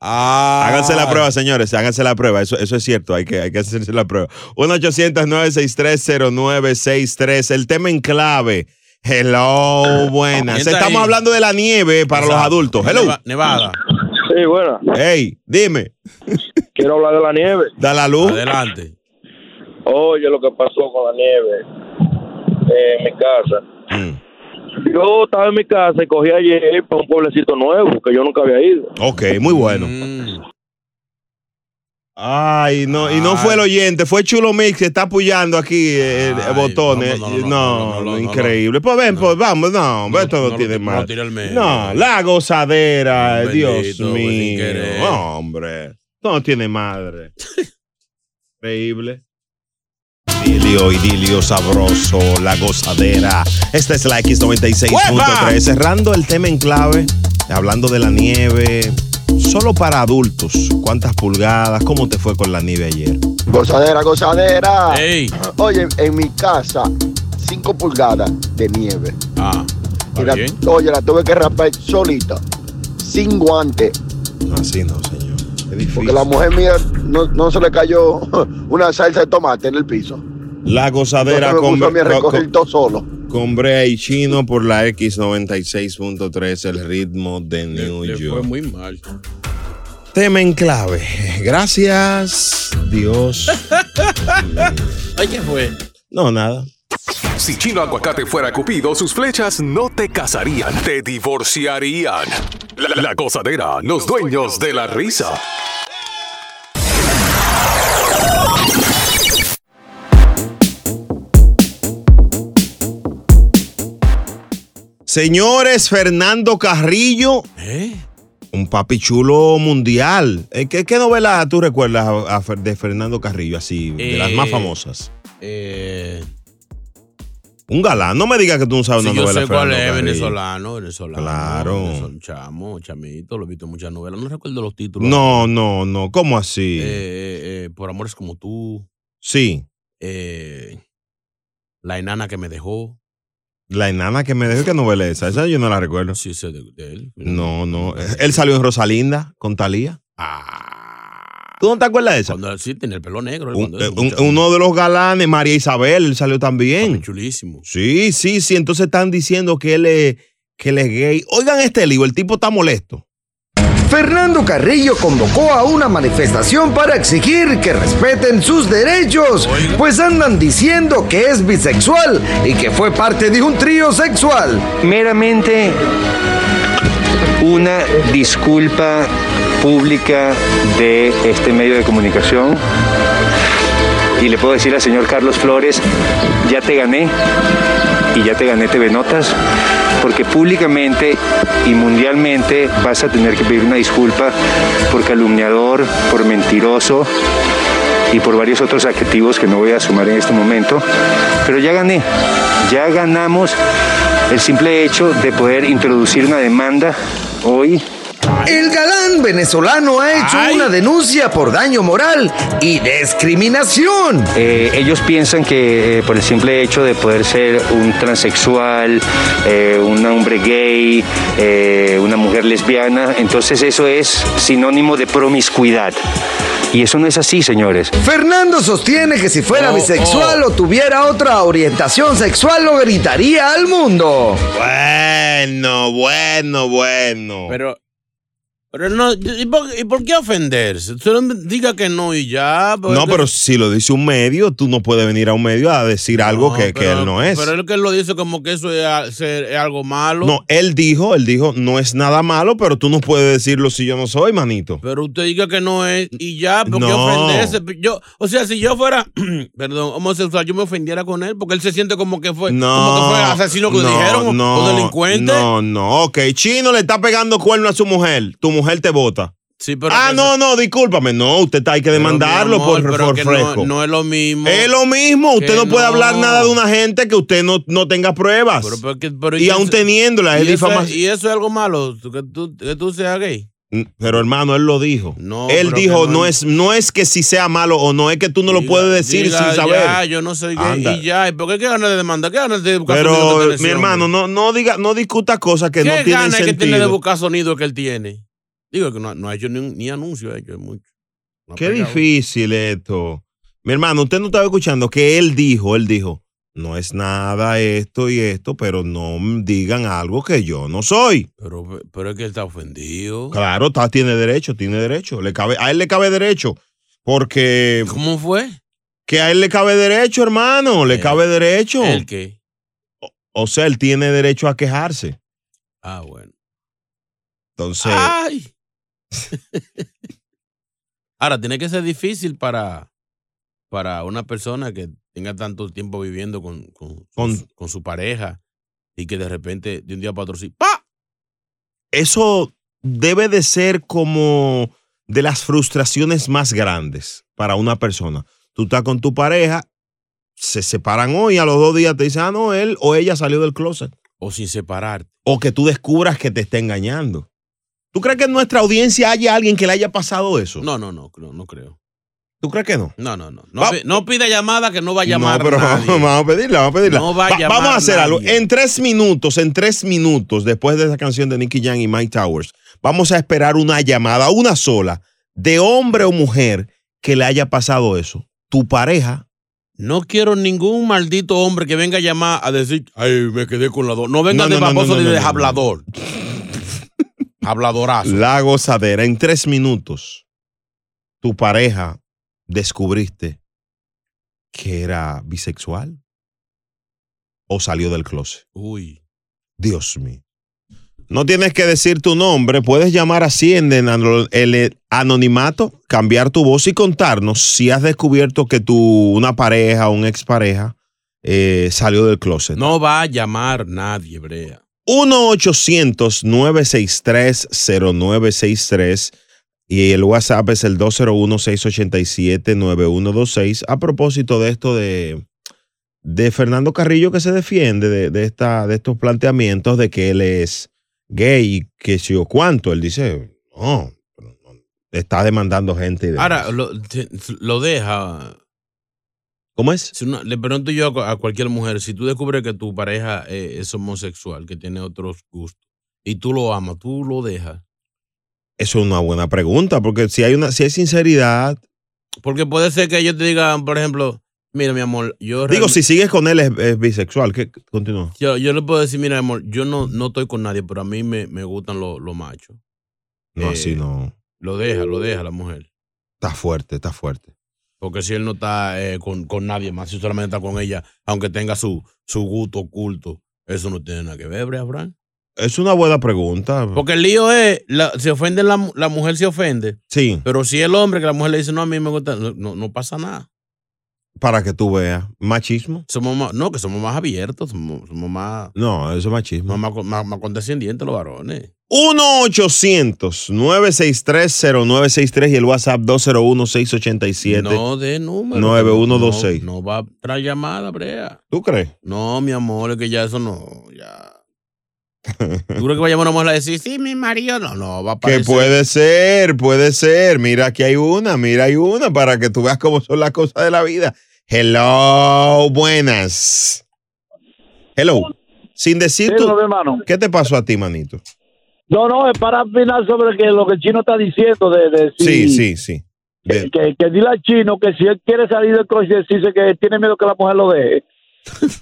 Speaker 2: Ah.
Speaker 1: Háganse la prueba, señores, háganse la prueba. Eso, eso es cierto, hay que, hay que hacerse la prueba. 1-800-963-0963. El tema en clave. Hello, buenas.
Speaker 2: ¿Quién está
Speaker 1: Estamos
Speaker 2: Ah, ahí?
Speaker 1: hablando de la nieve para los adultos. Hello.
Speaker 2: Neva- Nevada.
Speaker 8: Sí, buena.
Speaker 1: Hey, dime.
Speaker 8: Quiero hablar de la nieve.
Speaker 1: Da la luz.
Speaker 2: Adelante.
Speaker 8: Oye, lo que pasó con la nieve eh, en mi casa.
Speaker 1: Mm.
Speaker 8: Yo estaba en mi casa y cogí ayer para un pueblecito nuevo que yo nunca había ido.
Speaker 1: Ok, muy bueno.
Speaker 13: Mm.
Speaker 1: Ay, no, y no fue el oyente, fue Chulo Mix que está apoyando aquí eh, eh, botones. No, increíble. Pues ven, pues vamos, no, esto no, tiene más.
Speaker 2: tira al medio.
Speaker 1: No, la gozadera,
Speaker 2: Bendito,
Speaker 1: Dios
Speaker 2: pues, sin
Speaker 1: mío.
Speaker 2: querer.
Speaker 1: No, hombre, esto no tiene madre. Increíble. Dilio y Dilio sabroso, la gozadera. Esta es la X96.3. Cerrando el tema en clave, hablando de la nieve, solo para adultos. ¿Cuántas pulgadas? ¿Cómo te fue con la nieve ayer?
Speaker 14: Gozadera, gozadera. Oye, en mi casa, 5 pulgadas de nieve.
Speaker 2: Ah,
Speaker 14: Y la- oye, la tuve que rapar solita, sin guante.
Speaker 1: Así no, señor.
Speaker 14: Porque la mujer mía no, no se le cayó [laughs] una salsa de tomate en el piso.
Speaker 1: La gozadera
Speaker 14: Yo que me
Speaker 1: con,
Speaker 14: gusta a mí recoger
Speaker 1: con-
Speaker 14: todo solo.
Speaker 1: con Brea y Chino por la X96.3, el ritmo de New York.
Speaker 2: Fue muy mal.
Speaker 1: Tema en clave. Gracias,
Speaker 14: [laughs]
Speaker 2: [laughs]
Speaker 1: Dios.
Speaker 2: Ay, ¿qué fue?
Speaker 1: No, nada.
Speaker 6: Si Chino Aguacate fuera Cupido, sus flechas no te casarían, te divorciarían. La, la- la gozadera, los dueños de la risa.
Speaker 1: Señores, Fernando Carrillo.
Speaker 2: ¿Eh?
Speaker 1: Un papi chulo mundial. Eh, ¿Qué, qué novela tú recuerdas a- a Fer- de Fernando Carrillo, así, de las
Speaker 2: Eh,
Speaker 1: más famosas?
Speaker 2: Eh,
Speaker 1: Un galán. No me digas que tú no sabes
Speaker 2: sí,
Speaker 1: una
Speaker 2: yo
Speaker 1: novela
Speaker 2: sé
Speaker 1: de
Speaker 2: cuál
Speaker 1: Fernando
Speaker 2: es,
Speaker 1: Carrillo.
Speaker 2: venezolano, venezolano.
Speaker 1: Claro.
Speaker 2: venezol- Chamo, chamito, lo he visto en muchas novelas. No recuerdo los títulos.
Speaker 1: No, no, no. ¿Cómo así?
Speaker 2: Eh, eh, eh, por amores como tú.
Speaker 1: sí.
Speaker 2: eh, la enana que me dejó.
Speaker 1: La enana que me dejó, ¿qué novela es esa? Esa yo no la recuerdo. eh,
Speaker 2: Sí, sé de, de él.
Speaker 1: No, no. Él salió en Rosalinda con Talía. ¿Tú no te acuerdas de esa?
Speaker 2: Ah. Cuando sí tenía el pelo negro.
Speaker 1: Un- eh, un- uno de los galanes, María Isabel, salió también.
Speaker 2: Chulísimo.
Speaker 1: Sí, sí, sí. Entonces están diciendo que él es, que él es gay. Oigan este lío, el tipo está molesto.
Speaker 15: Fernando Carrillo convocó a una manifestación para exigir que respeten sus derechos, pues andan diciendo que es bisexual y que fue parte de un trío sexual.
Speaker 16: meramente una disculpa pública de este medio de comunicación. Y le puedo decir al señor Carlos Flores, ya te gané y ya te gané TV Notas, porque públicamente y mundialmente vas a tener que pedir una disculpa por calumniador, por mentiroso y por varios otros adjetivos que no voy a sumar en este momento. Pero ya gané, ya ganamos el simple hecho de poder introducir una demanda hoy
Speaker 15: El galán venezolano ha hecho una denuncia por daño moral y discriminación.
Speaker 16: Eh, ellos piensan que eh, por el simple hecho de poder ser un transexual, eh, un hombre gay, eh, una mujer lesbiana, entonces eso es sinónimo de promiscuidad. Y eso no es así, señores.
Speaker 15: Fernando sostiene que si fuera
Speaker 16: Oh,
Speaker 15: bisexual o tuviera otra orientación sexual lo gritaría al mundo.
Speaker 1: Bueno, bueno, bueno.
Speaker 2: Pero, pero no, ¿y por, y por qué ofenderse? Usted no diga que no y ya. pues, porque-
Speaker 1: No, pero si lo dice un medio, tú no puedes venir a un medio a decir algo que, que él no es.
Speaker 2: Pero él que lo dice como que eso es, a- ser- es algo malo.
Speaker 1: No, él dijo, él dijo, no es nada malo, pero tú no puedes decirlo si yo no soy, manito.
Speaker 2: Pero usted diga que no es y ya, ¿por qué
Speaker 1: No.
Speaker 2: ofenderse? Yo, o sea, si yo fuera, [clears throat] perdón, homosexual, yo me ofendiera con él porque él se siente como que fue, como que fue asesino que
Speaker 1: no,
Speaker 2: dijeron o delincuente.
Speaker 1: No, no, ok. Chino le está pegando cuerno a su mujer. Tu mujer te bota.
Speaker 2: Sí, pero
Speaker 1: ah, no, no, discúlpame. No, usted está, hay que demandarlo
Speaker 2: amor,
Speaker 1: por,
Speaker 2: pero
Speaker 1: por
Speaker 2: que no-
Speaker 1: fresco.
Speaker 2: no es lo mismo.
Speaker 1: Es lo mismo. Usted no,
Speaker 2: Que
Speaker 1: puede
Speaker 2: no.
Speaker 1: hablar nada de una gente que usted no, no tenga pruebas.
Speaker 2: Pero, pero que- pero
Speaker 1: y,
Speaker 2: eso-
Speaker 1: aún teniéndola,
Speaker 2: y
Speaker 1: es
Speaker 2: eso
Speaker 1: difamación.
Speaker 2: Y eso es algo malo, que tú, que tú seas gay.
Speaker 1: Pero hermano, él lo dijo. él
Speaker 2: pero
Speaker 1: dijo,
Speaker 2: que
Speaker 1: no,
Speaker 2: no
Speaker 1: es, no es que si sea malo o no, es que tú no lo puedes decir
Speaker 2: Diga,
Speaker 1: sin saber.
Speaker 2: Ya, yo no soy gay
Speaker 1: Anda.
Speaker 2: y ya. ¿Y ¿Por qué qué ganas de demanda? ¿Qué ganas de buscar sonido que
Speaker 1: Pero,
Speaker 2: tiene
Speaker 1: mi
Speaker 2: ese
Speaker 1: hermano,
Speaker 2: hombre?
Speaker 1: no, no diga, no discuta cosas que no
Speaker 2: ¿Qué
Speaker 1: tienen
Speaker 2: ganas que tiene de
Speaker 1: sentido.
Speaker 2: buscar sonido que él tiene? Digo que no, no ha hecho ni, un- ni anuncio, ha hecho mucho. No ha
Speaker 1: Qué
Speaker 2: pegado.
Speaker 1: difícil esto. Mi hermano, usted no estaba escuchando que él dijo, él dijo, no es nada esto y esto, pero no m- digan algo que yo no soy.
Speaker 2: Pero, pero es que él está ofendido.
Speaker 1: Claro, está, tiene derecho, tiene derecho. Le cabe, a él le cabe derecho. Porque.
Speaker 2: ¿Cómo fue? Eh,
Speaker 1: Que a él le cabe derecho, hermano. Le cabe derecho.
Speaker 2: ¿El qué?
Speaker 1: O sea, él tiene derecho a quejarse.
Speaker 2: Ah, bueno.
Speaker 1: Entonces.
Speaker 2: ¡Ay! Ahora, tiene que ser difícil para, para una persona que tenga tanto tiempo viviendo con, con, su, con su pareja y que de repente, de un día para otro, sí, ¡pa!
Speaker 1: eso debe de ser como de las frustraciones más grandes para una persona. Tú estás con tu pareja, se separan hoy, a los dos días te dicen, ah, no, él o ella salió del closet.
Speaker 2: O sin separarte.
Speaker 1: O que tú descubras que te está engañando. ¿Tú crees que en nuestra audiencia haya alguien que le haya pasado eso?
Speaker 2: No, no, no, no, no creo.
Speaker 1: ¿Tú crees que no?
Speaker 2: No, no, no. No, pi- no pida llamada que no va a llamar.
Speaker 1: no, pero
Speaker 2: nadie.
Speaker 1: vamos a pedirla, vamos a pedirla.
Speaker 2: No va a llamar
Speaker 1: vamos a hacer algo.
Speaker 2: nadie.
Speaker 1: En tres minutos, en tres minutos, después de esa canción de Nicky Jam y Mike Towers, vamos a esperar una llamada, una sola, de hombre o mujer que le haya pasado eso. Tu pareja.
Speaker 2: No quiero ningún maldito hombre que venga a llamar a decir, ay, me quedé con la dos. No venga
Speaker 1: No, no,
Speaker 2: de
Speaker 1: no,
Speaker 2: baboso
Speaker 1: no, no,
Speaker 2: ni de
Speaker 1: no, no.
Speaker 2: hablador. Habladorazo.
Speaker 1: La gozadera. En tres minutos, tu pareja descubriste que era bisexual o salió del closet.
Speaker 2: Uy.
Speaker 1: Dios mío. No tienes que decir tu nombre, puedes llamar así en el ano- el eh, anonimato, cambiar tu voz y contarnos si has descubierto que tu una pareja o un expareja eh, salió del closet.
Speaker 2: No va a llamar nadie, Brea.
Speaker 1: 1-800-963-0963 y el WhatsApp es el 201-687-9126. A propósito de esto de, de Fernando Carrillo que se defiende de, de esta, de estos planteamientos de que él es gay y que si o cuánto, él dice, no, está demandando gente. y demás.
Speaker 2: Ahora, lo, te- lo deja.
Speaker 1: ¿Cómo es?
Speaker 2: le pregunto yo a cu- a cualquier mujer, si tú descubres que tu pareja eh, es homosexual, que tiene otros gustos, y tú lo amas, tú lo dejas.
Speaker 1: Eso es una buena pregunta, porque si hay una, si hay sinceridad.
Speaker 2: Porque puede ser que ellos te digan, por ejemplo, mira, mi amor, yo.
Speaker 1: Digo,
Speaker 2: realmente-
Speaker 1: si sigues con él es, es bisexual. ¿Qué? Continúa.
Speaker 2: Yo, yo le puedo decir, mira, amor, yo no, no estoy con nadie, pero a mí me, me gustan los los machos.
Speaker 1: No,
Speaker 2: Eh,
Speaker 1: así no.
Speaker 2: Lo deja, lo deja la mujer.
Speaker 1: Está fuerte, está fuerte.
Speaker 2: Porque si él no está eh, con, con nadie más, si solamente está con ella, aunque tenga su, su gusto oculto, eso no tiene nada que ver, ¿verdad, Frank?
Speaker 1: Es una buena pregunta.
Speaker 2: Porque el lío es, la- se ofende la, mu- la mujer, se ofende.
Speaker 1: Sí.
Speaker 2: Pero si el hombre que la mujer le dice, no, a mí me gusta, no, no, no pasa nada.
Speaker 1: Para que tú veas. ¿Machismo?
Speaker 2: Somos más- no, que somos más abiertos, somos, somos más,
Speaker 1: No, eso es machismo.
Speaker 2: más, más- más condescendientes los varones.
Speaker 1: 1-800-963-0963 y el WhatsApp 201-687.
Speaker 2: No de número.
Speaker 1: 9126.
Speaker 2: No, no va a traer llamada, brea.
Speaker 1: ¿Tú crees?
Speaker 2: No, mi amor, es que ya eso no,
Speaker 1: [laughs]
Speaker 2: ya. ¿Tú crees que va a llamar a una mujer a decir, sí, mi marido? No, no, va a
Speaker 1: Que
Speaker 2: aparecer.
Speaker 1: puede ser, puede ser. Mira, aquí hay una, mira, hay una para que tú veas cómo son las cosas de la vida. Hello, buenas. Hello. Sin decir tú. ¿Qué te pasó a ti, manito?
Speaker 13: No, no, es para opinar sobre que lo que el chino está diciendo. De, de
Speaker 1: Sí,
Speaker 13: si-
Speaker 1: sí, sí.
Speaker 13: Que, que, que dile al chino que si él quiere salir del coche, dice que tiene miedo que la mujer
Speaker 1: [laughs]
Speaker 13: lo deje.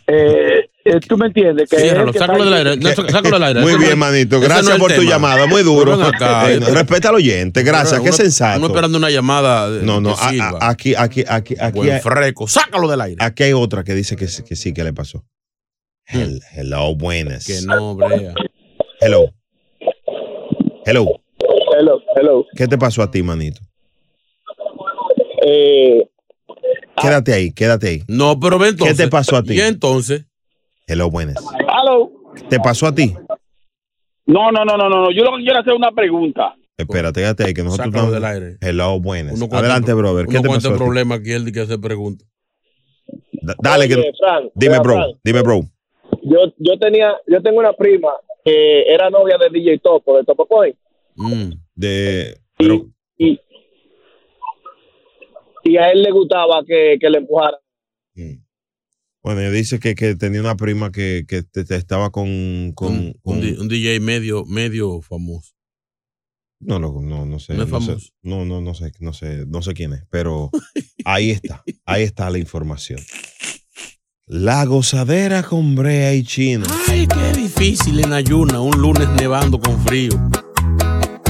Speaker 13: Eh, eh, ¿Tú me entiendes? Que
Speaker 2: Ciérralo,
Speaker 13: es que
Speaker 2: sácalo
Speaker 13: está
Speaker 2: del aire.
Speaker 13: ahí.
Speaker 2: No, sá- sácalo del aire.
Speaker 1: Muy
Speaker 2: Eso no
Speaker 1: bien,
Speaker 2: es-
Speaker 1: manito.
Speaker 2: ese no
Speaker 1: Gracias
Speaker 2: es
Speaker 1: por
Speaker 2: el
Speaker 1: tu
Speaker 2: tema.
Speaker 1: llamada. Muy duro.
Speaker 2: Ven acá.
Speaker 1: Eh, Respeta al oyente. Gracias.
Speaker 2: Uno-
Speaker 1: Qué sensato.
Speaker 2: Uno esperando una llamada. de-
Speaker 1: No,
Speaker 2: de
Speaker 1: no, a-
Speaker 2: Silva.
Speaker 1: a- aquí, aquí, aquí, aquí.
Speaker 2: Buen
Speaker 1: hay-
Speaker 2: freco, sácalo del aire.
Speaker 1: Aquí hay otra que dice que, sí- que sí, que le pasó.
Speaker 2: Hmm.
Speaker 1: Hel- Hello, buenas.
Speaker 2: Que no, brea.
Speaker 1: Hello. Hello.
Speaker 13: Hello, hello.
Speaker 1: ¿Qué te pasó a ti, manito?
Speaker 13: Eh,
Speaker 1: Quédate ahí, quédate ahí.
Speaker 2: No, pero ven entonces.
Speaker 1: ¿Qué te pasó a ti?
Speaker 2: ¿Y entonces?
Speaker 1: Hello, buenas.
Speaker 17: Aló.
Speaker 1: ¿Te pasó a ti?
Speaker 17: No, no, no, no, no. no. Yo lo que quiero hacer es una pregunta.
Speaker 1: Espérate, quédate ahí, que nosotros
Speaker 2: Sácalo
Speaker 1: estamos-
Speaker 2: del aire.
Speaker 1: Hello, buenas.
Speaker 2: Uno cuenta-
Speaker 1: Adelante, brother. ¿Qué
Speaker 2: uno
Speaker 1: te
Speaker 2: cuenta
Speaker 1: pasó?
Speaker 2: el
Speaker 1: a ti?
Speaker 2: problema aquí él que se pregunta.
Speaker 1: Da- Dale, que.
Speaker 17: Oye, Frank,
Speaker 1: Dime,
Speaker 17: mira,
Speaker 1: bro.
Speaker 17: Frank.
Speaker 1: Dime, bro.
Speaker 17: Yo, yo tenía, yo tengo una prima que era novia de DJ Topo, de Topo Coin.
Speaker 1: De.
Speaker 17: Y, y a él le gustaba que, que le empujara.
Speaker 1: Bueno, ella dice que, que tenía una prima que, que te- te estaba con. con,
Speaker 2: Un,
Speaker 1: con-
Speaker 2: di- un DJ medio, medio famoso.
Speaker 1: no, lo- no, no sé.
Speaker 2: No es
Speaker 1: sé.
Speaker 2: famoso.
Speaker 1: No, no, no sé, no sé, no sé quién es, pero ahí está. Ahí está la información. La gozadera con Brea y Chino.
Speaker 2: Ay, qué difícil en ayuna, un lunes nevando con frío.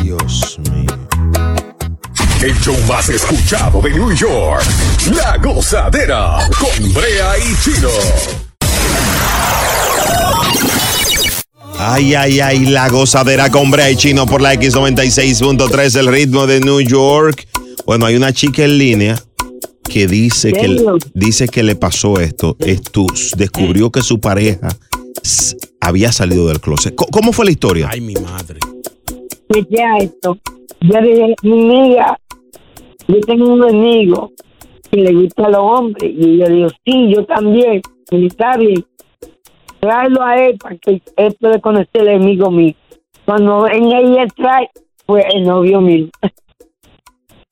Speaker 1: Dios mío.
Speaker 6: El show más escuchado de New York. La gozadera con Brea y Chino.
Speaker 1: Ay, ay, ay, la gozadera con Brea y Chino por la X96.3, el ritmo de New York. Bueno, hay una chica en línea que dice que, dice que le pasó esto. Esto descubrió que su pareja s- había salido del closet. Co- ¿Cómo fue la historia?
Speaker 2: Ay, mi madre.
Speaker 18: chequea esto. Yo dije, mira, yo tengo un amigo y le gusta a los hombres. Y yo digo, sí, yo también. Y dice, está bien, tráelo a él para que él pueda conocer el amigo mío. Cuando en ella trae, fue el novio mío.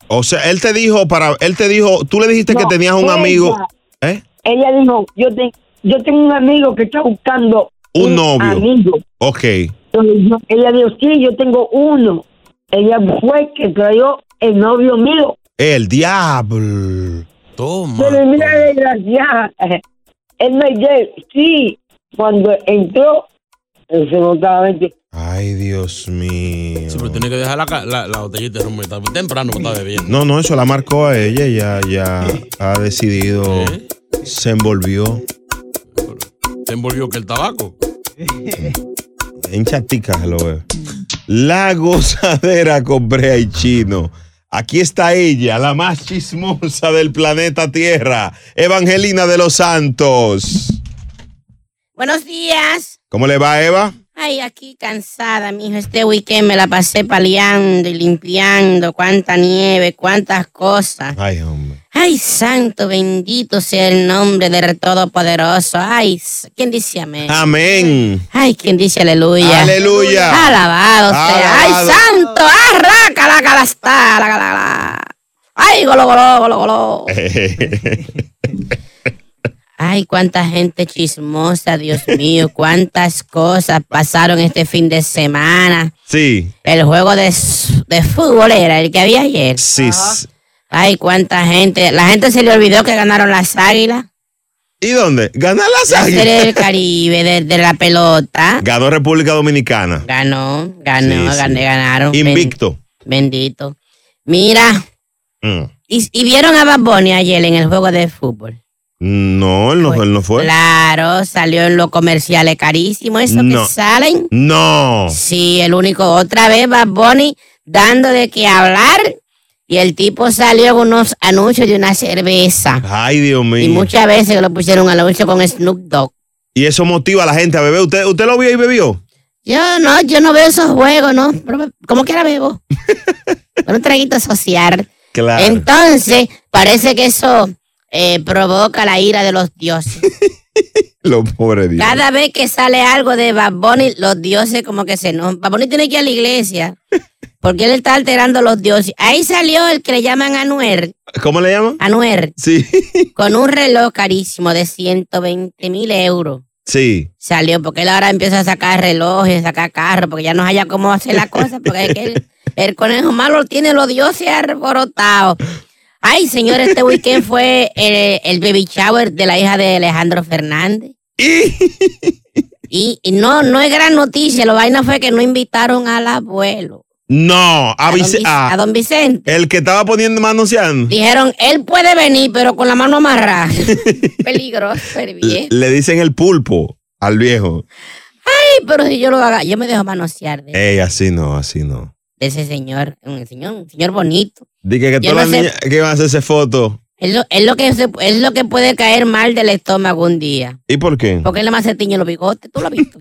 Speaker 1: O sea, él te dijo para, él te dijo, tú le dijiste que
Speaker 18: No,
Speaker 1: tenías un
Speaker 18: ella.
Speaker 1: amigo, ¿eh?
Speaker 18: Ella dijo, yo, te- yo tengo un amigo que está buscando
Speaker 1: Un novio.
Speaker 18: amigo.
Speaker 1: Ok.
Speaker 18: Entonces, yo- ella dijo, sí, yo tengo uno. Ella fue que trajo el novio mío.
Speaker 1: El diablo.
Speaker 2: Toma.
Speaker 18: Pero mira,
Speaker 13: [laughs]
Speaker 18: desgraciada. Él me dice, sí, cuando entró, él se notaba 20.
Speaker 1: Ay, Dios mío. Mm.
Speaker 2: Sí, pero tiene que dejar la, ca- la, la botellita de rumbo. Está temprano, está bebiendo.
Speaker 1: No, no, eso la marcó a ella, ya, ya ha decidido,
Speaker 2: ¿Eh?
Speaker 1: se envolvió.
Speaker 2: Se envolvió que
Speaker 1: [laughs]
Speaker 2: el tabaco.
Speaker 1: En chaticas lo veo. La gozadera con Brea y Chino. Aquí está ella, la más chismosa del planeta Tierra, Evangelina de los Santos.
Speaker 19: Buenos días.
Speaker 1: ¿Cómo le va, Eva?
Speaker 19: Ay, aquí cansada, mijo. Este weekend me la pasé paliando y limpiando. Cuánta nieve, cuántas cosas.
Speaker 1: Ay, hombre.
Speaker 19: Ay, santo, bendito sea el nombre del Todopoderoso. Ay, s- ¿quién dice amén?
Speaker 1: Ah. Amén.
Speaker 19: Ay, ¿quién dice aleluya?
Speaker 1: Aleluya.
Speaker 19: Alabado sea. Ay,
Speaker 1: Alabado.
Speaker 19: santo. Arraca la calastá, la la, Oh. la. Ay, golo, golo, golo, golo. Ay, cuánta gente chismosa, Dios mío, cuántas cosas pasaron este fin de semana.
Speaker 1: [laughs] Sí.
Speaker 19: El juego de, s- de fútbol era el que había ayer.
Speaker 1: Sí.
Speaker 19: Ay, cuánta gente. La gente se le olvidó que ganaron las águilas.
Speaker 1: ¿Y dónde? Gana las
Speaker 19: La serie del
Speaker 1: águilas.
Speaker 19: Caribe, de, de la pelota.
Speaker 1: Ganó República Dominicana.
Speaker 19: Ganó, ganó,
Speaker 1: Sí, sí.
Speaker 19: Ah, gané, ganaron. Ben-
Speaker 1: Invicto.
Speaker 19: bendito. Mira,
Speaker 1: Mm.
Speaker 19: y, y vieron a Bad Bunny ayer en el juego de fútbol.
Speaker 1: No, él no, él no fue.
Speaker 19: Claro, salió en los comerciales carísimo, eso
Speaker 1: No.
Speaker 19: que salen.
Speaker 1: No.
Speaker 19: Sí, el único, otra vez Bad Bunny dando de qué hablar y el tipo salió con unos anuncios de una cerveza.
Speaker 1: Ay, Dios mío.
Speaker 19: Y muchas veces lo pusieron anuncio con Snoop Dogg.
Speaker 1: Y eso motiva a la gente a beber. ¿Usted, usted lo vio y bebió?
Speaker 19: Yo no, yo no veo esos juegos, ¿no? Pero Como quiera bebo. Con un traguito social.
Speaker 1: Claro.
Speaker 19: Entonces, parece que eso eh, provoca la ira de los dioses.
Speaker 1: Lo pobre Dios.
Speaker 19: Cada vez que sale algo de Bad Bunny, los dioses como que se enojan. Bad Bunny tiene que ir a la iglesia porque él está alterando a los dioses. Ahí salió el que le llaman Anuer,
Speaker 1: ¿Cómo le llaman?
Speaker 19: Anuer,
Speaker 1: Sí,
Speaker 19: con un reloj carísimo de 120 mil euros.
Speaker 1: sí.
Speaker 19: Salió porque él ahora empieza a sacar relojes, a sacar carros, porque ya no haya cómo hacer las cosas, porque es que el, el conejo malo tiene los dioses arborotados. Ay, señor, este weekend fue eh, el, baby shower de la hija de Alejandro Fernández. Y, y no, no es gran noticia, lo vaina fue que no invitaron al abuelo,
Speaker 1: No, a,
Speaker 19: don
Speaker 1: Vic-
Speaker 19: Vic- a don Vicente.
Speaker 1: El que estaba poniendo más anunciando.
Speaker 19: Dijeron, él puede venir, pero con la mano amarrada. Peligroso, el viejo.
Speaker 1: Le dicen el pulpo al viejo.
Speaker 19: Ay, pero si yo lo haga, yo me dejo manosear de,
Speaker 1: Ey, así no, así no.
Speaker 19: de ese señor, un señor, un señor bonito.
Speaker 1: Dije que
Speaker 19: Yo
Speaker 1: todas las
Speaker 19: no sé-
Speaker 1: niñas que van a hacerse fotos.
Speaker 19: Es lo, es lo que se- es lo que puede caer mal del estómago un día.
Speaker 1: ¿Y por qué?
Speaker 19: Porque él nada más se tiñe los bigotes, tú lo has visto.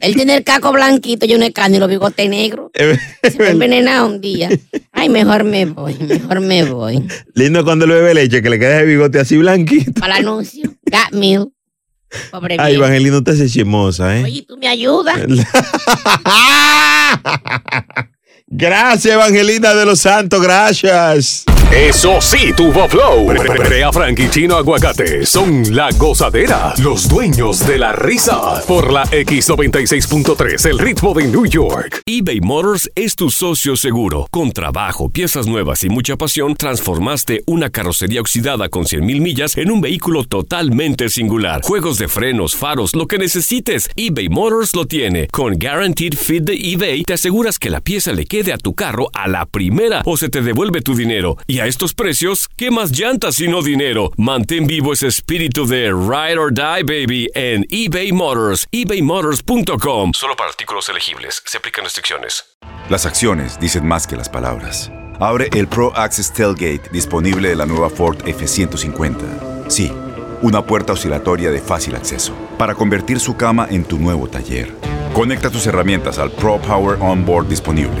Speaker 19: él tiene el caco blanquito y un escano y los bigotes negros. Se fue envenenado un día. Ay, mejor me voy, mejor me voy.
Speaker 1: Lindo cuando él bebe leche, que le queda el bigote así blanquito.
Speaker 19: Para el anuncio. Got meal. Pobre
Speaker 1: Ay,
Speaker 19: mío.
Speaker 1: Evangelino, te haces chismosa, ¿eh?
Speaker 19: Oye, tú me ayudas.
Speaker 1: [laughs] Gracias, Evangelina de los Santos, gracias.
Speaker 6: Eso sí, tuvo flow. Brea Frank y Chino Aguacate son la gozadera, los dueños de la risa. Por la X96.3, el ritmo de New York.
Speaker 3: eBay Motors es tu socio seguro. Con trabajo, piezas nuevas y mucha pasión, transformaste una carrocería oxidada con 100.000 millas en un vehículo totalmente singular. Juegos de frenos, faros, lo que necesites, eBay Motors lo tiene. Con Guaranteed Fit de eBay, te aseguras que la pieza le quede a tu carro a la primera o se te devuelve tu dinero. Y a estos precios, ¿qué más llantas y no dinero? Mantén vivo ese espíritu de Ride or Die, baby, en eBay Motors, ebaymotors.com. Solo para artículos elegibles, se aplican restricciones.
Speaker 9: Las acciones dicen más que las palabras. Abre el Pro Access Tailgate disponible de la nueva Ford F-150. Sí, una puerta oscilatoria de fácil acceso para convertir su cama en tu nuevo taller. Conecta tus herramientas al Pro Power Onboard disponible.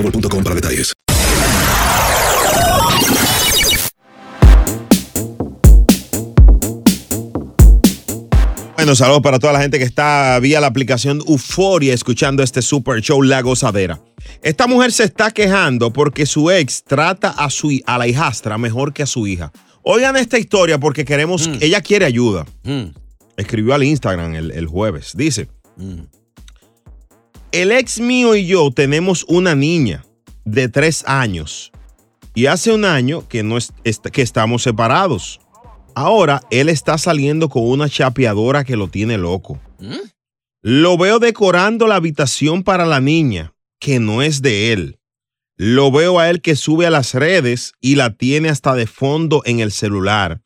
Speaker 4: para detalles.
Speaker 1: Bueno, saludos para toda la gente que está vía la aplicación Euforia escuchando este super show La Gozadera. Esta mujer se está quejando porque su ex trata a, su, hi- a la hijastra mejor que a su hija. Oigan esta historia porque queremos. Ella quiere ayuda. Escribió al Instagram el, el jueves. Dice: El ex mío y yo tenemos una niña de tres años. Y hace un año que, no es- est- que estamos separados. Ahora él está saliendo con una chapeadora que lo tiene loco. Lo veo decorando la habitación para la niña, que no es de él. Lo veo a él que sube a las redes y la tiene hasta de fondo en el celular.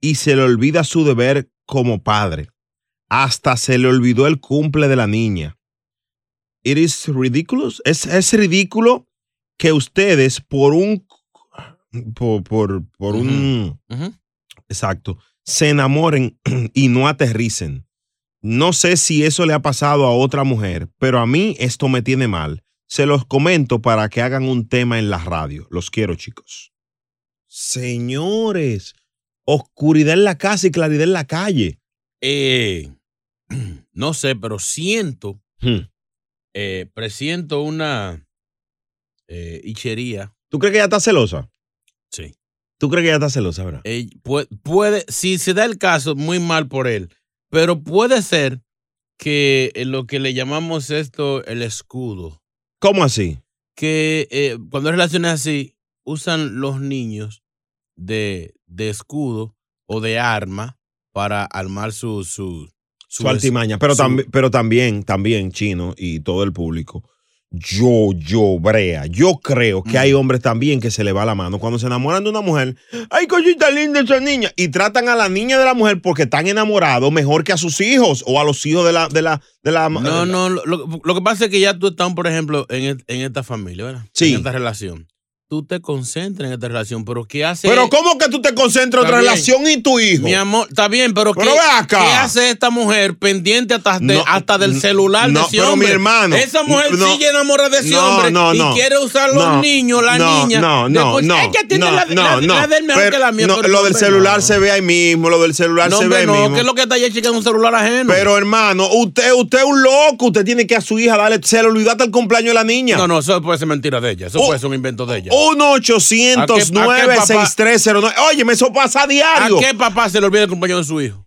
Speaker 1: Y se le olvida su deber como padre. Hasta se le olvidó el cumple de la niña. It is ridiculous. Es, es ridículo que ustedes por un... Por, por, por un... Exacto. Se enamoren [clears throat] y no aterricen. No sé si eso le ha pasado a otra mujer, pero a mí esto me tiene mal. Se los comento para que hagan un tema en la radio. Los quiero, chicos. Señores, oscuridad en la casa y claridad en la calle.
Speaker 2: Eh, no sé, pero siento,
Speaker 1: Hmm.
Speaker 2: eh, presiento una eh, hichería.
Speaker 1: ¿Tú crees que ella está celosa?
Speaker 2: Sí.
Speaker 1: ¿Tú crees que ella está celosa, verdad?
Speaker 2: Eh, pue- puede, si se da el caso, muy mal por él. Pero puede ser que eh, lo que le llamamos esto el escudo,
Speaker 1: ¿Cómo así?
Speaker 2: que eh, cuando hay relaciones así, usan los niños de, de escudo o de arma para armar su... Su,
Speaker 1: su altimaña. Pero,
Speaker 2: su-
Speaker 1: tambi- pero también, también, Chino y todo el público. Yo, yo, Brea, yo creo que hay hombres también que se le va la mano. Cuando se enamoran de una mujer, ¡ay, cosita linda esa niña! Y tratan a la niña de la mujer porque están enamorados mejor que a sus hijos o a los hijos de la... De la, de la
Speaker 2: No, no, lo, lo- lo que pasa es que ya tú estás, por ejemplo, en, et- en esta familia, ¿verdad?
Speaker 1: Sí.
Speaker 2: En esta relación. Tú te concentras en esta relación, pero ¿qué hace?
Speaker 1: Pero ¿cómo que tú te concentras en otra
Speaker 2: Está bien.
Speaker 1: relación y tu hijo?
Speaker 2: Mi amor, está bien, pero,
Speaker 1: Pero
Speaker 2: ¿qué,
Speaker 1: ve acá.
Speaker 2: qué hace esta mujer pendiente hasta, de-
Speaker 1: No,
Speaker 2: hasta del
Speaker 1: no,
Speaker 2: celular de
Speaker 1: no,
Speaker 2: ese
Speaker 1: pero mi
Speaker 2: hombre?
Speaker 1: hermano,
Speaker 2: Esa mujer
Speaker 1: no,
Speaker 2: sigue enamorada de ese
Speaker 1: no,
Speaker 2: hombre
Speaker 1: no,
Speaker 2: y
Speaker 1: no,
Speaker 2: quiere usar los
Speaker 1: no,
Speaker 2: niños, la
Speaker 1: no,
Speaker 2: niña.
Speaker 1: No, no,
Speaker 2: Después,
Speaker 1: no.
Speaker 2: "Ay, que tiene
Speaker 1: no,
Speaker 2: la, la-
Speaker 1: no, no.
Speaker 2: la del mejor
Speaker 1: Pero-
Speaker 2: que la mía",
Speaker 1: no,
Speaker 2: pero
Speaker 1: lo del
Speaker 2: hombre,
Speaker 1: celular
Speaker 2: no.
Speaker 1: se ve ahí mismo, lo del celular
Speaker 2: No,
Speaker 1: se
Speaker 2: hombre,
Speaker 1: ve ahí
Speaker 2: no,
Speaker 1: mismo.
Speaker 2: ¿qué es lo que está allá chica en un celular ajeno?
Speaker 1: Pero hermano, usted, usted es un loco. Usted tiene que a su hija darle. Se le olvidó hasta el cumpleaños de la niña.
Speaker 2: No, no, eso puede ser mentira de ella. Eso
Speaker 1: Oh.
Speaker 2: puede ser un invento de ella.
Speaker 1: 1-800-96309. Oye, me eso pasa a
Speaker 2: ¿A
Speaker 1: diario.
Speaker 2: qué papá se le olvida el compañero de su hijo?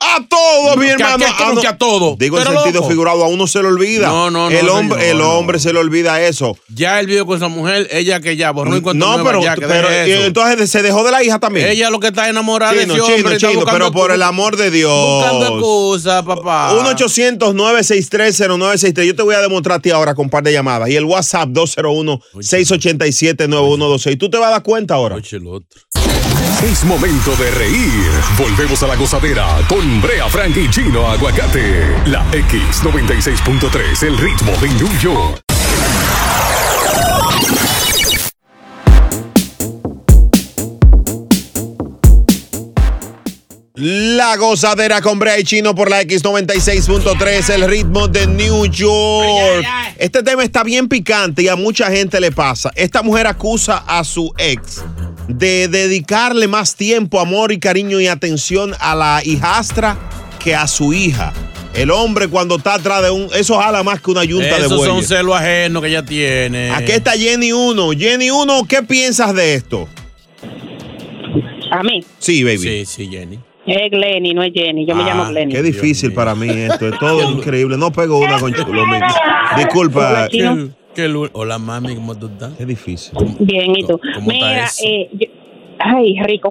Speaker 1: A todos, mi
Speaker 2: Que a
Speaker 1: hermano.
Speaker 2: qué, que no,
Speaker 1: no-
Speaker 2: que a todos.
Speaker 1: Digo en
Speaker 2: Pero
Speaker 1: sentido
Speaker 2: loco.
Speaker 1: figurado, a uno se le olvida.
Speaker 2: No, no, no,
Speaker 1: El hombre,
Speaker 2: señor,
Speaker 1: el
Speaker 2: no.
Speaker 1: hombre se le olvida eso.
Speaker 2: Ya él vive con esa mujer, ella que ya borró en cuanto
Speaker 1: No,
Speaker 2: nueva,
Speaker 1: pero,
Speaker 2: ya, que
Speaker 1: pero eh,
Speaker 2: deje eso.
Speaker 1: entonces se dejó de la hija también.
Speaker 2: Ella lo que está enamorada
Speaker 1: Chino,
Speaker 2: de ese
Speaker 1: chino,
Speaker 2: hombre. está
Speaker 1: chino,
Speaker 2: buscando
Speaker 1: pero por
Speaker 2: excu-
Speaker 1: el amor de Dios.
Speaker 2: Buscando Ah. excusa, papá.
Speaker 1: 1-800-963-0963. Yo te voy a demostrar a ti ahora con un par de llamadas. Y el WhatsApp 201-687-9126. Tú te vas a dar cuenta ahora.
Speaker 6: Es momento de reír. Volvemos a la gozadera con Brea Frank y Chino Aguacate. La X96.3, el ritmo de New York.
Speaker 1: La gozadera con Brea y Chino por la X96.3, el ritmo de New York. Este tema está bien picante y a mucha gente le pasa. Esta mujer acusa a su ex de dedicarle más tiempo, amor y cariño y atención a la hijastra que a su hija. El hombre cuando está atrás de un... Eso jala más que una yunta de
Speaker 2: Esos son
Speaker 1: bueyes.
Speaker 2: celos ajenos que ella tiene.
Speaker 1: Aquí está Jenny 1. Jenny 1, ¿qué piensas de esto?
Speaker 5: A mí.
Speaker 1: Sí, baby.
Speaker 2: Sí, sí, Jenny.
Speaker 5: Es Glenny, no es Jenny.
Speaker 2: Ah.
Speaker 5: Yo me llamo Glenny.
Speaker 1: Ah, Qué difícil para mí esto, es
Speaker 5: [laughs]
Speaker 1: todo increíble. No pego una con chulo. mío. Disculpa.
Speaker 2: Qué- qué lu- Hola, mami, ¿cómo tú estás?
Speaker 1: Qué difícil.
Speaker 5: Bien, ¿y tú?
Speaker 2: ¿Cómo está
Speaker 5: Mira,
Speaker 2: eso?
Speaker 5: eh, yo- ay, rico.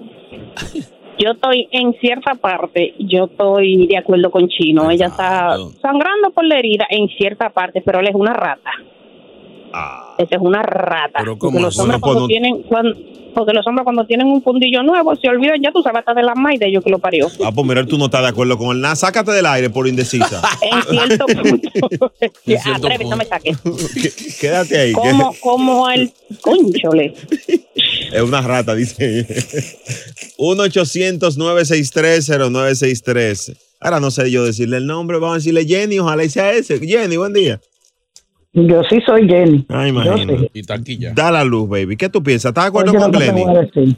Speaker 5: Yo estoy en cierta parte, yo estoy de acuerdo con Chino. Ella está sangrando por la herida en cierta parte, pero él es una rata. Esa es una rata.
Speaker 2: Ah. Pero ¿cómo
Speaker 5: porque los
Speaker 2: así? Bueno,
Speaker 5: hombres cuando
Speaker 2: pues
Speaker 5: tienen, cuan- porque los hombres cuando tienen un fundillo nuevo se olvidan ya tú sabes hasta de la maíz de ellos que lo parió.
Speaker 1: Ah, pues mira, tú no estás de acuerdo con el nada. Sácate del aire por indecisa.
Speaker 5: [laughs]
Speaker 2: [laughs]
Speaker 5: En cierto punto.
Speaker 1: [laughs] En cierto
Speaker 5: Atrévete, no me saques.
Speaker 1: [laughs] Quédate ahí. que
Speaker 5: ¿Cómo, cómo el conchole?
Speaker 1: Es una rata, dice. [laughs] 1-800-963-0963. Ahora no sé yo decirle el nombre. Vamos a decirle Jenny, ojalá y sea ese. Jenny, buen día.
Speaker 5: Yo sí soy Jenny.
Speaker 1: Ay, imagínate.
Speaker 2: Y taquilla.
Speaker 1: Da la luz, baby. ¿Qué tú piensas? ¿Estás de acuerdo
Speaker 5: Oye, lo
Speaker 1: con
Speaker 5: que te
Speaker 1: Glenny?
Speaker 5: voy a decir.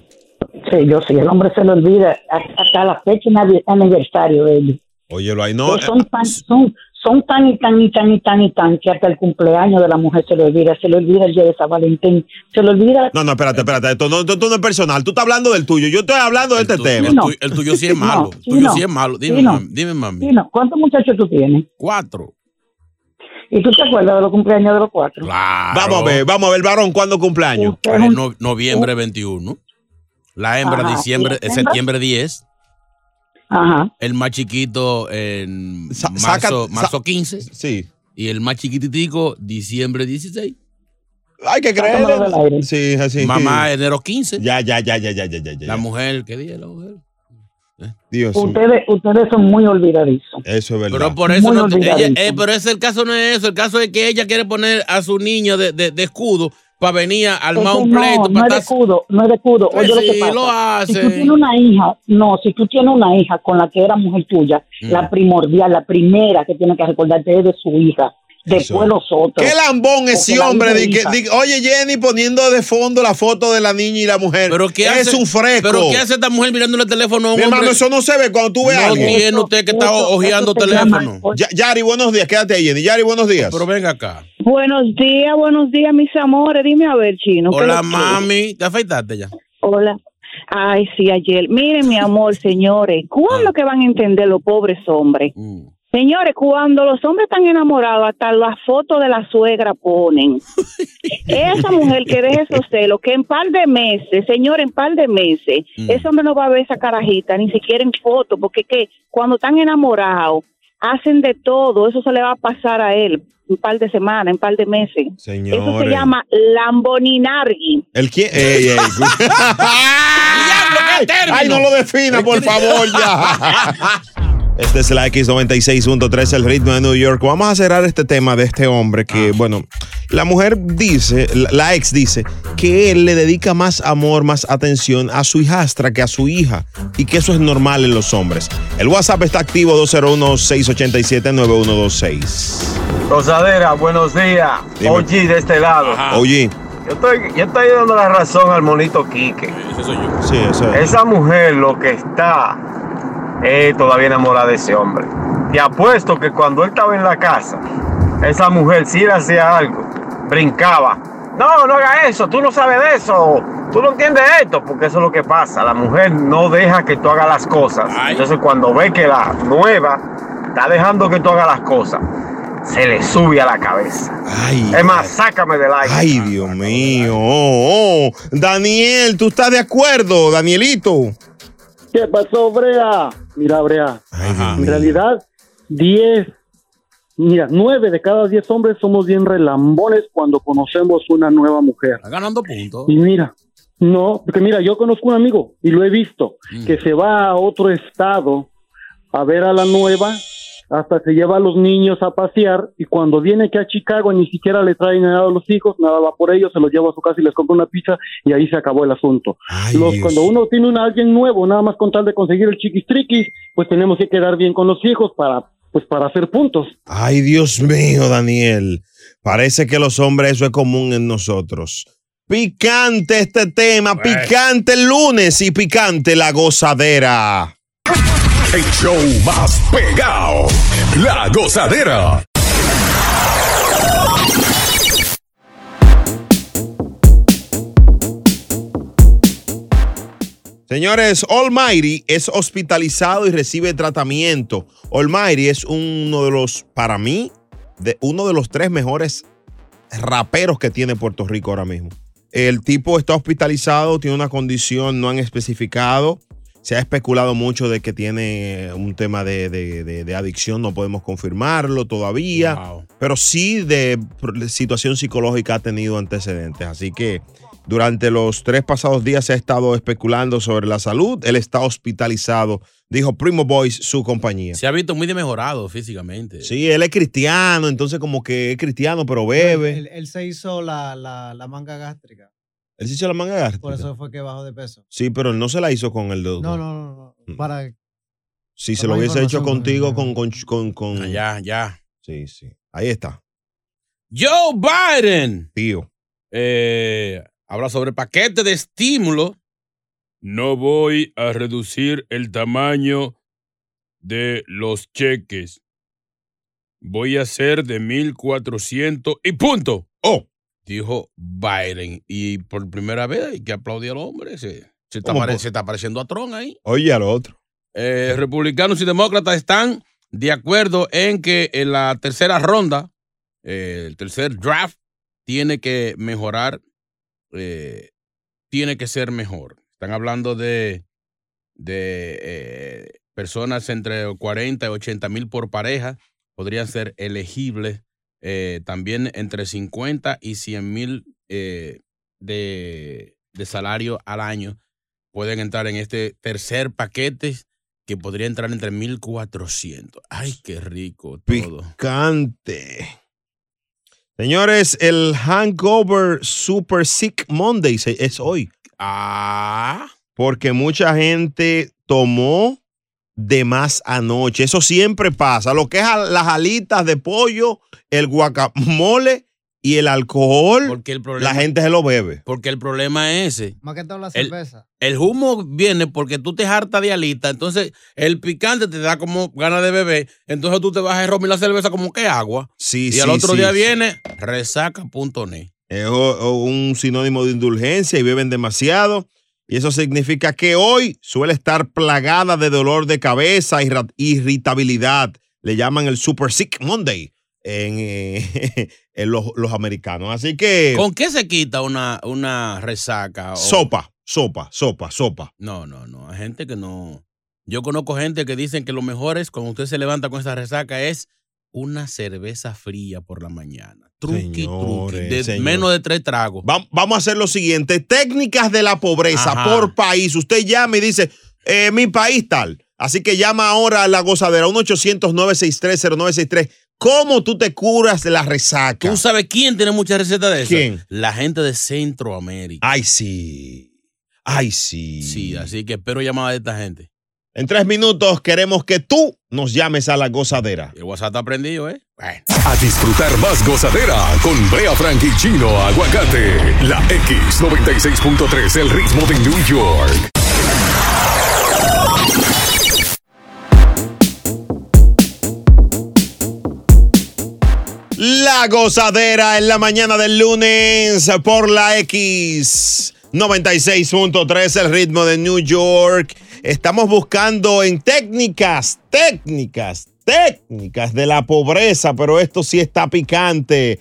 Speaker 5: Sí, yo sí, el hombre se le olvida hasta la fecha de aniversario de él. Pues,
Speaker 1: Óyelo ahí, no. eh,
Speaker 5: son, tan- son,
Speaker 7: son tan y tan y tan y tan y tan que hasta el cumpleaños de la mujer se le olvida, se le olvida el día de San Valentín, se le olvida.
Speaker 1: No, no, espérate, espérate. Esto no, esto no es personal. Tú estás hablando del tuyo. Yo estoy hablando de este tema.
Speaker 2: El, tu- el tuyo sí es malo. el
Speaker 7: sí
Speaker 2: tuyo
Speaker 7: no,
Speaker 2: sí es malo. Dime,
Speaker 7: sí no.
Speaker 2: mami. Dime, mami.
Speaker 7: Sí, no. ¿Cuántos muchachos tú tienes?
Speaker 2: Cuatro.
Speaker 7: ¿Y tú te acuerdas de los cumpleaños de los cuatro?
Speaker 2: Vamos
Speaker 1: a ver, vamos a ver, varón, ¿cuándo cumpleaños?
Speaker 2: Ah, no- noviembre 21. La hembra,
Speaker 7: Ajá,
Speaker 2: diciembre,
Speaker 7: ¿y la
Speaker 2: eh,
Speaker 7: hembra?
Speaker 2: septiembre 10.
Speaker 7: Ajá.
Speaker 2: El más chiquito en marzo,
Speaker 1: saca- sa-
Speaker 2: marzo 15.
Speaker 1: Sí.
Speaker 2: Y el más chiquititico, diciembre 16.
Speaker 1: Hay que creer.
Speaker 2: Sácamelo del aire.
Speaker 1: Sí, así.
Speaker 2: Mamá, eh, enero 15.
Speaker 1: Ya, ya, ya, ya, ya, ya, ya.
Speaker 2: La mujer, ¿qué día es la mujer?
Speaker 1: Dios.
Speaker 7: Ustedes, ustedes son muy olvidadizos.
Speaker 1: Eso es verdad.
Speaker 2: Pero por eso
Speaker 7: Muy
Speaker 2: no te- ella-
Speaker 7: olvidadizo.
Speaker 2: eh, pero ese el caso no es eso. El caso es que ella quiere poner a su niño de, de- de escudo para venir al
Speaker 7: Entonces,
Speaker 2: Mount
Speaker 7: no,
Speaker 2: Pleito.
Speaker 7: no
Speaker 2: para
Speaker 7: es
Speaker 2: estar-
Speaker 7: de escudo, no es de escudo.
Speaker 2: Pues
Speaker 7: Oye, lo
Speaker 2: sí,
Speaker 7: que pasa.
Speaker 2: lo
Speaker 7: Si
Speaker 2: hace.
Speaker 7: tú tienes una hija, no, si tú tienes una hija con la que era mujer tuya, la
Speaker 1: Mm.
Speaker 7: primordial, la primera que tiene que recordarte es de su hija, después los otros.
Speaker 1: Qué lambón
Speaker 7: Porque
Speaker 1: ese
Speaker 7: la
Speaker 1: hombre.
Speaker 7: hija
Speaker 1: di que-
Speaker 7: hija.
Speaker 1: di- oye, Jenny poniendo de fondo la foto de la niña y la mujer. Pero
Speaker 2: ¿Qué
Speaker 1: es
Speaker 2: hace-
Speaker 1: un fresco.
Speaker 2: Pero ¿qué hace esta mujer mirándole el teléfono a un
Speaker 1: Mi hermano,
Speaker 2: hombre?
Speaker 1: eso no se ve cuando tú ves
Speaker 2: No
Speaker 1: a alguien.
Speaker 2: tiene usted que está ojeando teléfono.
Speaker 1: Ya- Yari, buenos días. Quédate ahí, Jenny. Yari, buenos días.
Speaker 2: Pero venga acá.
Speaker 20: Buenos días, buenos días, mis amores. Dime a ver, chino. ¿qué
Speaker 2: Hola,
Speaker 20: lo-
Speaker 2: mami. ¿Te afeitaste ya?
Speaker 20: Hola. Ay, sí, ayer. Miren, mi amor, señores, ¿cuándo que van a entender los pobres hombres? Señores, cuando los hombres están enamorados, hasta las fotos de la suegra ponen. Esa mujer que deje esos celos, que en par de meses, señor, en par de meses, ese hombre no va a ver esa carajita, ni siquiera en foto, porque es que cuando están enamorados, hacen de todo, eso se le va a pasar a él en par de semanas, en par de meses. Eso se
Speaker 1: Señores.
Speaker 20: llama lamboninargui.
Speaker 1: ¿El quién? Ey, ey.
Speaker 2: [laughs]
Speaker 1: [laughs] Ay, no lo defina,
Speaker 2: Este
Speaker 1: por favor, ya.
Speaker 2: [laughs]
Speaker 1: Este es la X96.3, el ritmo de New York. Vamos a cerrar este tema de este hombre que, bueno, la mujer dice, la, la ex dice, que él le dedica más amor, más atención a su hijastra que a su hija y que eso es normal en los hombres. El WhatsApp está activo 201-687-9126.
Speaker 21: Rosadera, buenos días.
Speaker 1: Dime.
Speaker 21: Oye, de este lado.
Speaker 1: Oye,
Speaker 21: Yo estoy, yo estoy dando la razón al monito Quique.
Speaker 1: sí, eso es.
Speaker 21: Esa mujer lo que está eh, todavía enamorada de ese hombre. Te apuesto que cuando él estaba en la casa, esa mujer sí le hacía algo, brincaba. No, no haga eso, tú no sabes de eso, tú no entiendes esto, porque eso es lo que pasa. La mujer no deja que tú hagas las cosas. Entonces cuando ve que la nueva está dejando que tú hagas las cosas, se le sube a la cabeza. es más, sácame del aire.
Speaker 1: Ay, Dios mío. Oh, oh. Daniel, ¿tú estás de acuerdo, Danielito?
Speaker 11: ¿Qué pasó, Brea? Mira, Brea. en realidad, 10, mira, 9 de cada 10 hombres somos bien relambones cuando conocemos una nueva mujer.
Speaker 2: Ganando puntos.
Speaker 11: Y mira, no, porque mira, yo conozco un amigo y lo he visto, que se va a otro estado a ver a la nueva, hasta se lleva a los niños a pasear y cuando viene aquí a Chicago ni siquiera le traen nada a los hijos, nada va por ellos, se los lleva a su casa y les compra una pizza y ahí se acabó el asunto. Los- cuando uno tiene un alguien nuevo, nada más con tal de conseguir el chiquis triquis, pues tenemos que quedar bien con los hijos para pues para hacer puntos.
Speaker 1: Ay, Dios mío, Daniel. Parece que los hombres eso es común en nosotros. Picante este tema, picante el lunes y picante la gozadera.
Speaker 6: El show más pegado. La gozadera.
Speaker 1: Señores, Almighty es hospitalizado y recibe tratamiento. Almighty es uno de los, para mí, de uno de los tres mejores raperos que tiene Puerto Rico ahora mismo. El tipo está hospitalizado, tiene una condición, no han especificado. Se ha especulado mucho de que tiene eh, un tema de, de- de- de adicción, no podemos confirmarlo todavía, pero sí de pr- situación psicológica ha tenido antecedentes. Así que durante los tres pasados días se ha estado especulando sobre la salud. Él está hospitalizado, dijo Primo Boys, su compañía.
Speaker 2: Se ha visto muy demejorado físicamente.
Speaker 1: Sí, él es cristiano, entonces como que es cristiano, pero bebe.
Speaker 12: Él, él se hizo la, la, la manga gástrica.
Speaker 1: Él se hizo la manga gástrica.
Speaker 12: Por eso fue que bajó de peso.
Speaker 1: Sí, pero él no se la hizo con el dedo. Mm.
Speaker 12: No, no, no. no. Para,
Speaker 1: Si se
Speaker 12: Por
Speaker 1: lo
Speaker 12: más
Speaker 1: hubiese hecho
Speaker 12: información,
Speaker 1: contigo, con, con, con,
Speaker 2: Ya, ya.
Speaker 1: Sí, sí. Ahí está.
Speaker 2: Joe Biden. Eh,
Speaker 1: Tío.
Speaker 2: habla sobre paquete de estímulo. No voy a reducir el tamaño de los cheques. Voy a ser de 1400 y punto. Oh, dijo Biden. Y por primera vez hay que aplaudir al hombre. Se, se está,
Speaker 1: ¿Cómo
Speaker 2: pare-
Speaker 1: po-
Speaker 2: se está pareciendo a Tron ahí.
Speaker 1: Oye al otro.
Speaker 2: Eh, republicanos y demócratas están de acuerdo en que en la tercera ronda, eh, el tercer draft, tiene que mejorar, eh, tiene que ser mejor. Están hablando de, de eh, personas entre 40 y 80 mil por pareja, podrían ser elegibles eh, también entre 50 y 100 mil eh, de, de salario al año. Pueden entrar en este tercer paquete que podría entrar entre 1400. Ay, qué rico todo.
Speaker 1: Cante. Señores, el Hangover Super Sick Monday se- es hoy.
Speaker 2: Ah.
Speaker 1: Porque mucha gente tomó de más anoche. Eso siempre pasa. Lo que es a- las alitas de pollo, el guacamole y el alcohol,
Speaker 2: Porque el problema,
Speaker 1: la gente se lo bebe.
Speaker 2: porque el problema es ese.
Speaker 12: Más que todo la
Speaker 2: El-
Speaker 12: cerveza.
Speaker 2: El humo viene porque tú te hartas de alita, entonces el picante te da como ganas de beber, entonces tú te vas a romper la cerveza como que agua.
Speaker 1: Sí,
Speaker 2: y
Speaker 1: sí,
Speaker 2: al otro
Speaker 1: sí,
Speaker 2: día
Speaker 1: sí.
Speaker 2: viene resaca.net.
Speaker 1: Es o- o un sinónimo de indulgencia y beben demasiado. Y eso significa que hoy suele estar plagada de dolor de cabeza, irra- irritabilidad. Le llaman el Super Sick Monday en, eh, [laughs] en los, los americanos. Así que
Speaker 2: ¿Con qué se quita una, una resaca? o-
Speaker 1: Eh. sopa, sopa, sopa, sopa.
Speaker 2: No, no, no. Hay gente que no. Yo conozco gente que dicen que lo mejor es cuando usted se levanta con esa resaca es una cerveza fría por la mañana. Truqui, truqui.
Speaker 1: Señores,
Speaker 2: De
Speaker 1: señor.
Speaker 2: menos de tres tragos.
Speaker 1: Vam- Vamos a hacer lo siguiente. Técnicas de la pobreza
Speaker 2: Ajá.
Speaker 1: por país. Usted llama y dice, eh, mi país tal. Así que llama ahora a la gozadera 1-800-963-0963. ¿Cómo tú te curas de la resaca?
Speaker 2: ¿Tú sabes quién tiene muchas recetas de esas?
Speaker 1: ¿Quién?
Speaker 2: La gente de Centroamérica.
Speaker 1: Ay, sí. Ay, sí.
Speaker 2: Sí, así que espero llamada de esta gente.
Speaker 1: En tres minutos queremos que tú nos llames a la gozadera.
Speaker 2: El WhatsApp está prendido, ¿eh?
Speaker 6: A disfrutar más gozadera con Brea Frank y Chino Aguacate. La X96.3, el ritmo de New York.
Speaker 1: La gozadera en la mañana del lunes por la X 96.3, el ritmo de New York. Estamos buscando en técnicas, técnicas, técnicas de la pobreza, pero esto sí está picante.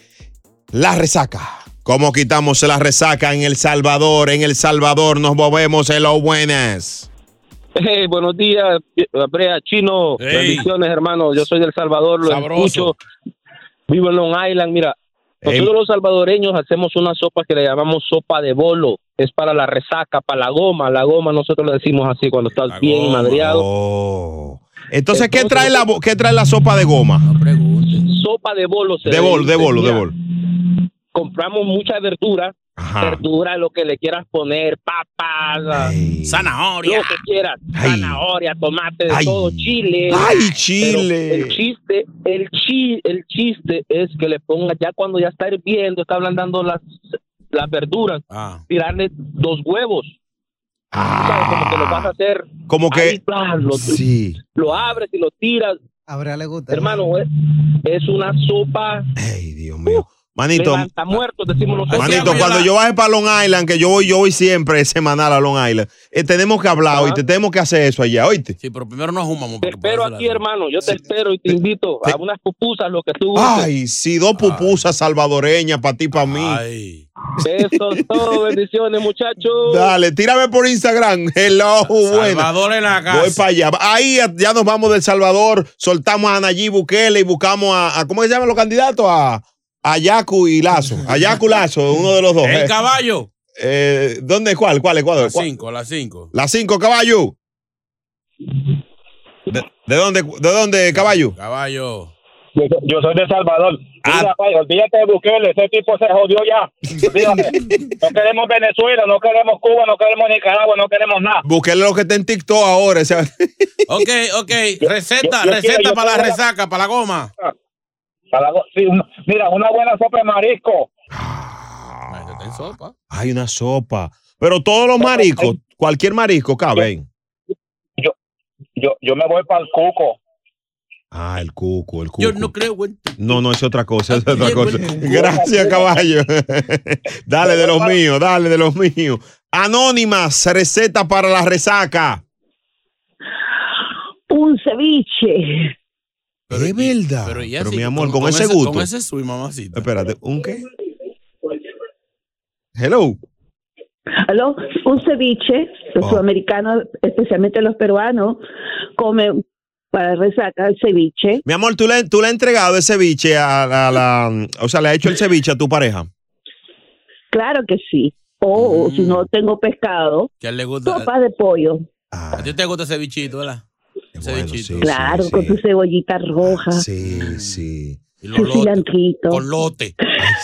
Speaker 1: La resaca. ¿Cómo quitamos la resaca en El Salvador? En El Salvador nos movemos en los buenas.
Speaker 17: Hey, buenos días, Brea, Chino.
Speaker 1: Hey.
Speaker 17: Bendiciones, hermano. Yo soy del Salvador, lo
Speaker 1: Sabroso.
Speaker 17: escucho. Vivo en Long Island. Mira, nosotros los salvadoreños hacemos una sopa que le llamamos sopa de bolo. Es para la resaca, para la goma. La goma nosotros le decimos así cuando estás bien
Speaker 1: goma.
Speaker 17: madreado.
Speaker 1: Oh. Entonces, ¿qué trae la, bo- qué trae la sopa de goma?
Speaker 17: Sopa de bolo. se
Speaker 1: De
Speaker 17: le
Speaker 1: bol, de
Speaker 17: dice.
Speaker 1: bol, de
Speaker 17: Mira,
Speaker 1: bol.
Speaker 17: Compramos mucha verdura. Verdura, lo que le quieras poner, papas,
Speaker 2: zanahoria.
Speaker 17: Lo que quieras, zanahoria, tomate, de
Speaker 2: Ay.
Speaker 17: todo, chile.
Speaker 2: Ay,
Speaker 17: Pero
Speaker 2: chile.
Speaker 17: El chiste, el, chi, el chiste es que le pongas, ya cuando ya está hirviendo, está ablandando las, las verduras,
Speaker 2: Ah.
Speaker 17: tirarle dos huevos. ¿Sabes? Como que lo vas a hacer.
Speaker 1: Como
Speaker 17: que. lo, lo abres y lo tiras.
Speaker 12: le gusta.
Speaker 17: Hermano, es, es una sopa.
Speaker 1: Manito,
Speaker 17: Levanta muertos, decimos nosotros.
Speaker 1: Manito, cuando yo baje para Long Island, que yo voy, yo voy siempre semanal a Long Island, eh, tenemos que hablar, oíste, tenemos que hacer eso allá, oíste.
Speaker 2: Sí, pero primero nos humamos.
Speaker 17: Te espero aquí, hermano. Yo te espero y te invito a unas pupusas, lo que tú gustes.
Speaker 1: Ay, sí, dos pupusas salvadoreñas para ti, para mí.
Speaker 17: Eso es todo, bendiciones, muchachos.
Speaker 1: Dale, tírame por Instagram. [laughs] Hello, bueno.
Speaker 2: Salvador en la casa.
Speaker 1: Voy para allá. Ahí a- ya nos vamos del Salvador, soltamos a Nayib Bukele y buscamos a, a- ¿cómo se llaman los candidatos? A, a Yacu y Lazo. A Yacu Lazo, uno de los dos.
Speaker 2: El
Speaker 1: Eh,
Speaker 2: caballo.
Speaker 1: eh, ¿Dónde? ¿Cuál? ¿Cuál? Ecuador.
Speaker 2: Las
Speaker 1: ¿Cuál?
Speaker 2: cinco, las cinco.
Speaker 1: Las cinco, caballo. ¿De, de dónde, de dónde, caballo?
Speaker 2: Caballo.
Speaker 8: Yo, yo soy de Salvador.
Speaker 1: Ah.
Speaker 8: Mira, pai, olvídate de Bukele, ese tipo se jodió ya. Olvídate. no queremos Venezuela, no queremos Cuba, no queremos Nicaragua, no queremos nada.
Speaker 1: Bukele lo que está en TikTok ahora. o sea, [laughs]
Speaker 2: Ok, ok. Receta,
Speaker 8: yo- yo
Speaker 2: receta
Speaker 8: quiero- yo
Speaker 2: para la
Speaker 8: quiero-
Speaker 2: resaca, para la goma.
Speaker 8: Para go- sí, un- mira, una buena sopa de marisco.
Speaker 1: Hay una sopa. Pero todos los mariscos, cualquier marisco, caben.
Speaker 8: Yo, yo me voy para el cuco.
Speaker 1: Ah, el cuco, el cuco.
Speaker 2: Yo no creo en
Speaker 1: No, no, es otra cosa, es otra cosa.
Speaker 2: bueno.
Speaker 1: Gracias, caballo. [laughs] dale de los míos, dale de los míos. Anónimas, receta para la resaca.
Speaker 18: Un ceviche.
Speaker 1: es verdad. Pero,
Speaker 2: ella sí,
Speaker 1: mi amor,
Speaker 2: con-
Speaker 1: con,
Speaker 2: con
Speaker 1: ese
Speaker 2: ese-
Speaker 1: gusto.
Speaker 2: con ese soy, mamacita.
Speaker 1: Espérate, ¿un qué? Hello.
Speaker 13: Aló, un ceviche, los
Speaker 1: Oh.
Speaker 13: sudamericanos, especialmente los peruanos, comen para resacar el ceviche.
Speaker 1: Mi amor, ¿tú le, tú le has entregado el ceviche a, la- a la. O sea, le has hecho el ceviche a tu pareja.
Speaker 13: Claro que sí. O si
Speaker 1: Mm.
Speaker 13: no tengo pescado,
Speaker 2: Que a él le gusta.
Speaker 13: sopa de pollo.
Speaker 1: Ah.
Speaker 2: A ti te gusta ese bichito, ¿verdad? Ese bichito.
Speaker 13: claro, con su cebollita roja.
Speaker 1: Sí, sí.
Speaker 13: Su cilantrito.
Speaker 2: lote.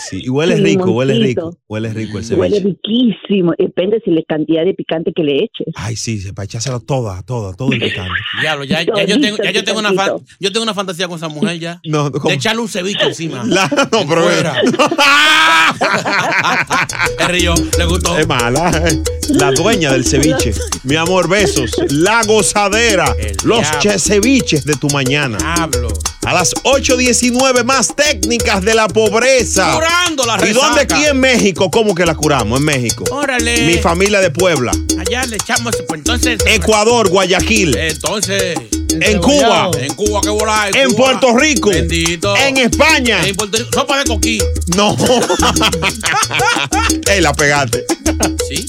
Speaker 1: Sí, y huele rico, huele rico.
Speaker 13: Limoncito.
Speaker 1: Huele rico el
Speaker 13: Huele
Speaker 1: ceviche.
Speaker 13: riquísimo. Depende si la cantidad de picante que le eches.
Speaker 1: Ay, sí, se- para echárselo toda, toda, todo el picante.
Speaker 2: Diablo, ya, ya yo, tengo, ya yo, tengo una fan- yo tengo una fantasía con esa mujer ya.
Speaker 1: [laughs] No,
Speaker 2: De echarle un ceviche encima.
Speaker 1: La- no, pero-
Speaker 2: Fuera. [laughs] Te río, le gustó.
Speaker 1: Es
Speaker 2: [laughs]
Speaker 1: mala. La dueña del ceviche. Mi amor, besos. La gozadera. Los
Speaker 2: diablo.
Speaker 1: che ceviches de tu mañana. A las 8.19 más técnicas de la pobreza.
Speaker 2: Curando la
Speaker 1: ¿Y dónde
Speaker 2: resaca.
Speaker 1: aquí en México? ¿Cómo que la curamos? En México.
Speaker 2: Órale.
Speaker 1: Mi familia de Puebla.
Speaker 2: Allá le echamos, pues entonces.
Speaker 1: Ecuador, Guayaquil.
Speaker 2: Entonces.
Speaker 1: En Cuba.
Speaker 2: En Cuba, qué volar.
Speaker 1: En
Speaker 2: Cuba.
Speaker 1: Puerto Rico.
Speaker 2: Bendito.
Speaker 1: En España.
Speaker 2: En Puerto Rico. Sopa de coquí.
Speaker 1: No. [laughs] Ey, la pegaste.
Speaker 2: Sí.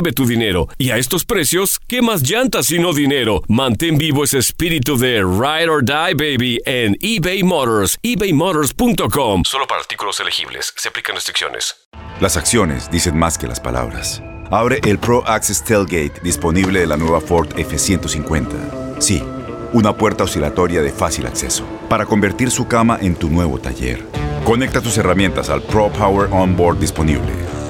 Speaker 3: tu dinero. Y a estos precios, ¿qué más llantas y no dinero? Mantén vivo ese espíritu de Ride or Die, baby, en eBay Motors, ebaymotors.com. Solo para artículos elegibles, se aplican restricciones.
Speaker 9: Las acciones dicen más que las palabras. Abre el Pro Access Tailgate disponible de la nueva Ford F-150. Sí, una puerta oscilatoria de fácil acceso para convertir su cama en tu nuevo taller. Conecta tus herramientas al Pro Power Onboard disponible.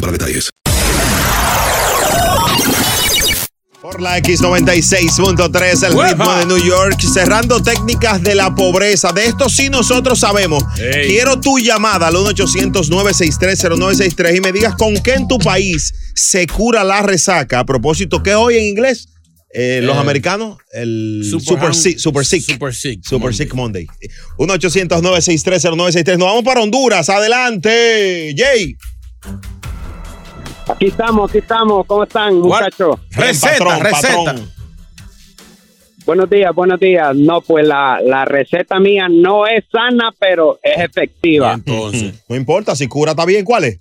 Speaker 4: para detalles.
Speaker 1: Por la X96.3, el ritmo de New York, cerrando técnicas de la pobreza. De esto sí nosotros sabemos.
Speaker 10: Ey.
Speaker 1: Quiero tu llamada al 1-800-963-0963 y me digas con qué en tu país se cura la resaca. A propósito, ¿qué es hoy en inglés? Eh, los
Speaker 2: Eh,
Speaker 1: americanos, el
Speaker 2: Super
Speaker 1: Super,
Speaker 2: Hung-
Speaker 1: Sick, Super Sick.
Speaker 2: Super Sick.
Speaker 1: Super Sick Monday. 1-800-963-0963. Nos vamos para Honduras. Adelante, Jay.
Speaker 14: Aquí estamos, aquí estamos. ¿Cómo están, muchachos?
Speaker 1: Receta, receta.
Speaker 14: Buenos días, buenos días. No, pues la, la receta mía no es sana, pero es efectiva.
Speaker 1: [laughs] No importa, si cura está bien, ¿cuál es?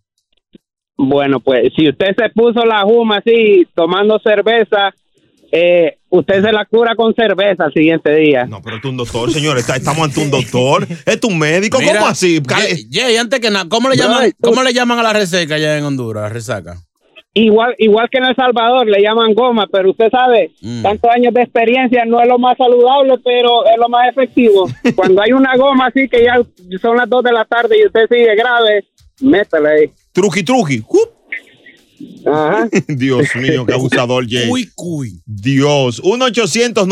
Speaker 14: Bueno, pues si usted se puso la juma así, tomando cerveza, eh, usted se la cura con cerveza al siguiente día.
Speaker 1: No, pero tú un doctor, señor. está- estamos ante un doctor. Es tu médico.
Speaker 2: Mira,
Speaker 1: ¿Cómo así? Cal-
Speaker 2: Ye- Ye, antes que nada, ¿cómo le llaman,
Speaker 1: Bro,
Speaker 2: cómo le llaman a la reseca allá en Honduras, la resaca?
Speaker 14: Igual, igual que en El Salvador le llaman goma, pero usted sabe, tantos años de experiencia no es lo más saludable, pero es lo más efectivo. Cuando hay una goma así que ya son las 2 de la tarde y usted sigue grave, métale ahí.
Speaker 1: Truqui, truqui.
Speaker 14: Ajá.
Speaker 1: [laughs] Dios mío, qué abusador, Jay.
Speaker 2: Cuy,
Speaker 1: Dios.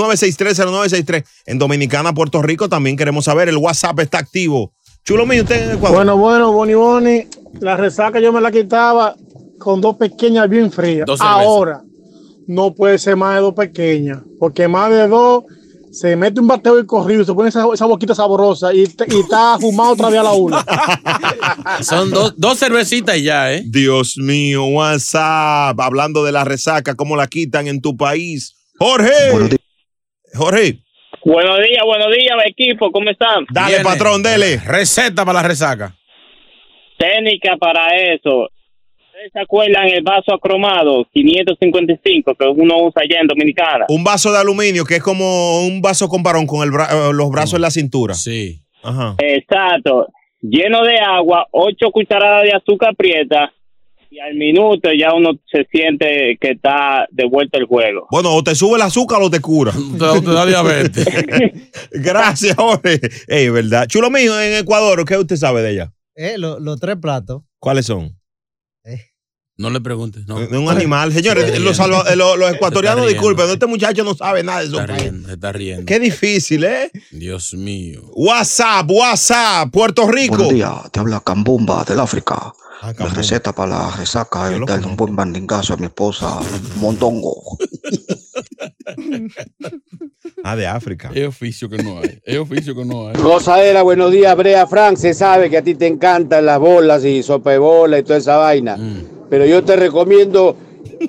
Speaker 1: 1-800-963-0963. En Dominicana, Puerto Rico también queremos saber. El WhatsApp está activo. Chulo mío, usted en Ecuador.
Speaker 5: Bueno, bueno, Boni Boni, la resaca yo me la quitaba con dos pequeñas bien frías. Dos cervezas. Ahora, no puede ser más de dos pequeñas, porque más de dos se mete un bateo y corrido, se pone esa, esa boquita sabrosa y, te- y está fumado otra vez a la una.
Speaker 2: Ah, Son dos, dos cervecitas y ya, ¿eh?
Speaker 1: Dios mío, WhatsApp. Hablando de la resaca, cómo la quitan en tu país. Jorge. Jorge.
Speaker 10: Buenos días, buenos días, equipo. ¿Cómo están?
Speaker 1: Dale, patrón, dele.
Speaker 2: Receta para la resaca.
Speaker 10: Técnica para eso. ¿Ustedes se acuerdan el vaso acromado 555 que uno usa allá en Dominicana?
Speaker 1: Un vaso de aluminio que es como un vaso con varón con el bra- eh, los brazos en la cintura. Sí. Ajá.
Speaker 10: Exacto. Lleno de agua, 8 cucharadas de azúcar prieta y al minuto ya uno se siente que está de vuelta el juego.
Speaker 1: Bueno, o te sube el azúcar o te cura.
Speaker 10: Te- te da diabetes.
Speaker 1: [laughs] Gracias, Jorge. Ey, verdad. Chulo mío, en Ecuador, ¿qué usted sabe de ella?
Speaker 12: Eh, lo- los tres platos.
Speaker 1: ¿Cuáles son?
Speaker 2: No le preguntes. No.
Speaker 1: Un animal. Señores, los, salva- eh, los- los ecuatorianos, disculpen, este muchacho no sabe nada de eso.
Speaker 2: Se está riendo.
Speaker 1: Qué difícil, ¿eh?
Speaker 2: Dios mío.
Speaker 1: WhatsApp, WhatsApp, Puerto Rico.
Speaker 15: Buenos días, te habla Cambumba del África.
Speaker 1: Ah,
Speaker 15: La receta para la resaca es darle un buen bandingazo a mi esposa, Mondongo.
Speaker 1: Ah, de África.
Speaker 2: Es oficio que no hay. Es oficio que no hay.
Speaker 15: Rosaela, buenos días, Brea Frank. Se sabe que a ti te encantan las bolas y sopa de bola y toda esa vaina.
Speaker 1: Mm.
Speaker 15: Pero yo te recomiendo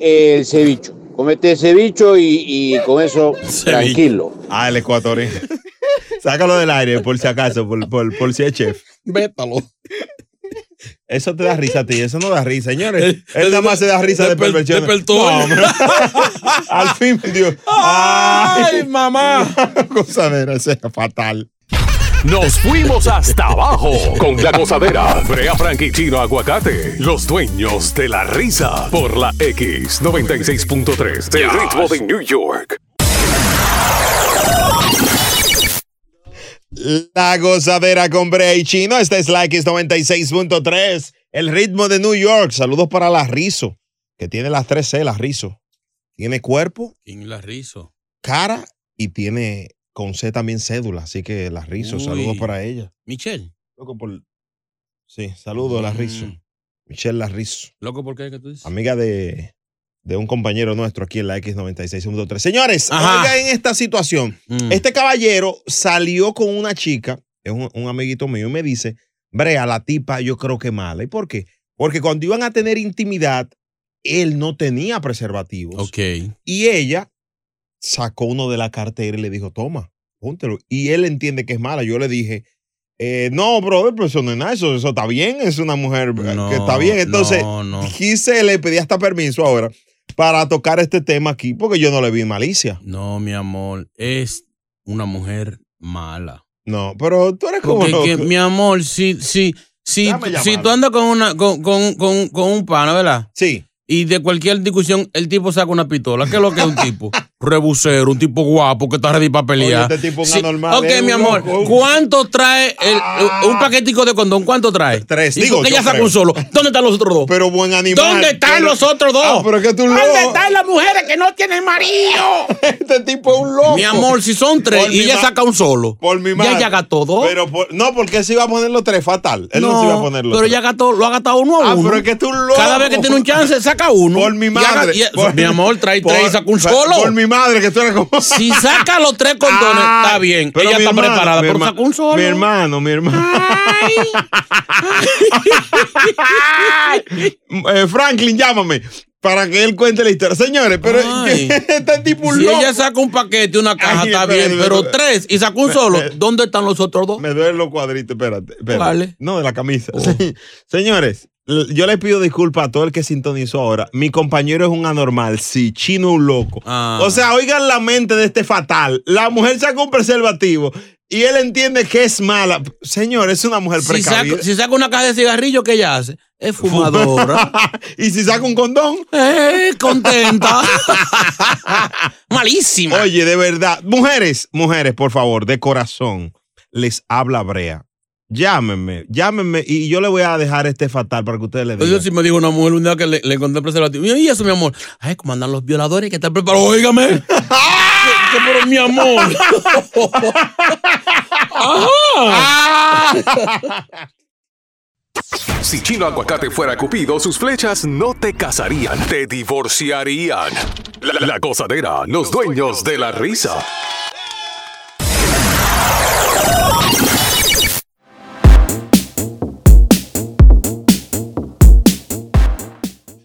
Speaker 15: eh, el cevicho. Comete cevicho y, y con
Speaker 1: [laughs]
Speaker 15: eso tranquilo.
Speaker 1: Ah, el ecuatoriano. Sácalo del aire, por si acaso, por, por, por si es chef.
Speaker 2: Vétalo.
Speaker 1: Eso te da risa a ti, eso no da risa, señores. Él nada más se da risa Eh, de perversión. Al fin, Dios. ¡Ay, [laughs]
Speaker 2: mamá!
Speaker 1: Cosadera, esa es fatal.
Speaker 6: Nos fuimos hasta abajo con la gozadera. Brea Frank y Chino Aguacate, los dueños de la risa por la X96.3, el ritmo de New York.
Speaker 1: La gozadera con Brea y Chino. Esta es la X96.3. El ritmo de New York. Saludos para la Rizo, que tiene las tres C, la Rizo. Tiene cuerpo,
Speaker 2: ¿Quién la rizo?
Speaker 1: cara y tiene con C también cédula. Así que la Rizo,
Speaker 2: Uy.
Speaker 1: saludos para ella.
Speaker 2: Michelle. Mm.
Speaker 1: Loco por. Sí, saludos a la Rizo. Michelle la Rizo.
Speaker 2: Loco, ¿por qué que tú dices?
Speaker 1: Amiga de, de un compañero nuestro aquí en la X96.3. Señores, oigan en esta situación. Este caballero salió con una chica, es un, un amiguito mío, y me dice, Brea, la tipa yo creo que mala. ¿Y por qué? Porque cuando iban a tener intimidad, él no tenía preservativos.
Speaker 2: Ok.
Speaker 1: Y ella sacó uno de la cartera y le dijo, toma, póntelo. Y él entiende que es mala. Yo le dije, eh, no, brother, pero eso no es nada, eso, eso está bien, es una mujer eh, que está bien. Entonces, quise, le pedí hasta permiso ahora para tocar este tema aquí, porque yo no le vi malicia.
Speaker 2: No, mi amor. Es una mujer mala.
Speaker 1: No, pero tú eres como...
Speaker 2: Porque que, mi amor, si, si, si,
Speaker 1: Déjame llamarlo.
Speaker 2: si tú andas con, una, con, con, con, con un pana, ¿verdad?
Speaker 1: Sí.
Speaker 2: Y de cualquier discusión, el tipo saca una pistola. ¿Qué es lo que es un
Speaker 1: [laughs]
Speaker 2: tipo? Rebusero, un tipo guapo que está ready para pelear.
Speaker 1: Oye, este tipo es un anormal,
Speaker 2: Ok,
Speaker 1: es un
Speaker 2: mi amor.
Speaker 1: loco. Ah.
Speaker 2: ¿Cuánto trae el- un paquetico de condón? ¿Cuánto trae? Tres.
Speaker 1: digo,
Speaker 2: que
Speaker 1: yo
Speaker 2: ella saca
Speaker 1: creo.
Speaker 2: un solo. ¿Dónde están los otros dos?
Speaker 1: Pero buen animal.
Speaker 2: ¿Dónde están
Speaker 1: Pero-
Speaker 2: los otros dos?
Speaker 1: Ah, pero es que tú
Speaker 2: ¿Dónde
Speaker 1: loco.
Speaker 2: están las mujeres que no tienen marido?
Speaker 1: [laughs] este tipo es un loco.
Speaker 2: Mi amor, si son tres
Speaker 1: Por
Speaker 2: y
Speaker 1: mi
Speaker 2: ella
Speaker 1: ma-
Speaker 2: saca un solo.
Speaker 1: Por mi madre.
Speaker 2: Ya ella gastó dos.
Speaker 1: Pero por- no, porque él se iba a poner los tres, fatal. Él no, se iba a poner los
Speaker 2: Pero
Speaker 1: tres.
Speaker 2: ya gastó, lo ha gastado uno a
Speaker 1: Ah,
Speaker 2: uno.
Speaker 1: pero es que tú loco.
Speaker 2: Cada vez que tiene un chance, saca uno.
Speaker 1: Por mi
Speaker 2: Y haga-
Speaker 1: madre.
Speaker 2: y-
Speaker 1: Por-
Speaker 2: mi amor, trae
Speaker 1: por-
Speaker 2: tres y saca un
Speaker 1: por-
Speaker 2: solo.
Speaker 1: por mi madre, que tú eres como-
Speaker 2: Si saca
Speaker 1: [laughs]
Speaker 2: los tres condones,
Speaker 1: Ay,
Speaker 2: está bien.
Speaker 1: pero
Speaker 2: Ella
Speaker 1: mi
Speaker 2: está
Speaker 1: hermano,
Speaker 2: preparada,
Speaker 1: mi
Speaker 2: pero
Speaker 1: herma-
Speaker 2: saca un solo.
Speaker 1: Mi hermano, mi hermano. [laughs] Eh, Franklin, llámame para que él cuente la historia. Señores, pero
Speaker 2: Ay.
Speaker 1: [laughs] este tipo un
Speaker 2: Si
Speaker 1: loco.
Speaker 2: ella saca un paquete, una caja,
Speaker 1: Ay,
Speaker 2: Ah, está bien.
Speaker 1: espérate,
Speaker 2: Pero
Speaker 1: espérate.
Speaker 2: tres y saca un solo.
Speaker 1: Me- me-
Speaker 2: ¿Dónde están los otros dos? Oh.
Speaker 1: Me duelen los cuadritos, espérate. espérate.
Speaker 2: ¿Cuáles?
Speaker 1: No, de la camisa. Sí. Señores, l- yo les pido disculpas a todo el que sintonizó ahora. Mi compañero es un anormal, sí,
Speaker 2: Ah.
Speaker 1: chino un loco. O sea, oigan la mente de este fatal. La mujer sacó un preservativo. Y él entiende que es mala. Señor, es una mujer
Speaker 2: Si
Speaker 1: precavida.
Speaker 2: saca, si saca una caja de cigarrillos, ¿qué ella hace? Es fumadora.
Speaker 1: [laughs] y si saca un condón, [laughs]
Speaker 2: eh, contenta. Malísima.
Speaker 1: Oye, de verdad. Mujeres, mujeres, por favor, de corazón, les habla Brea. Llámenme, llámenme y yo le voy a dejar este fatal para que ustedes le digan.
Speaker 2: Yo sí me digo una mujer un día que le, le encontré preservativo. Y eso, mi amor. Ay, cómo andan los violadores que están preparados.
Speaker 1: [laughs]
Speaker 2: Óigame. que, que, pero mi amor.
Speaker 1: [laughs]
Speaker 6: Si Chino Aguacate fuera Cupido, sus flechas no te casarían, te divorciarían. La, la gozadera, los dueños de la risa.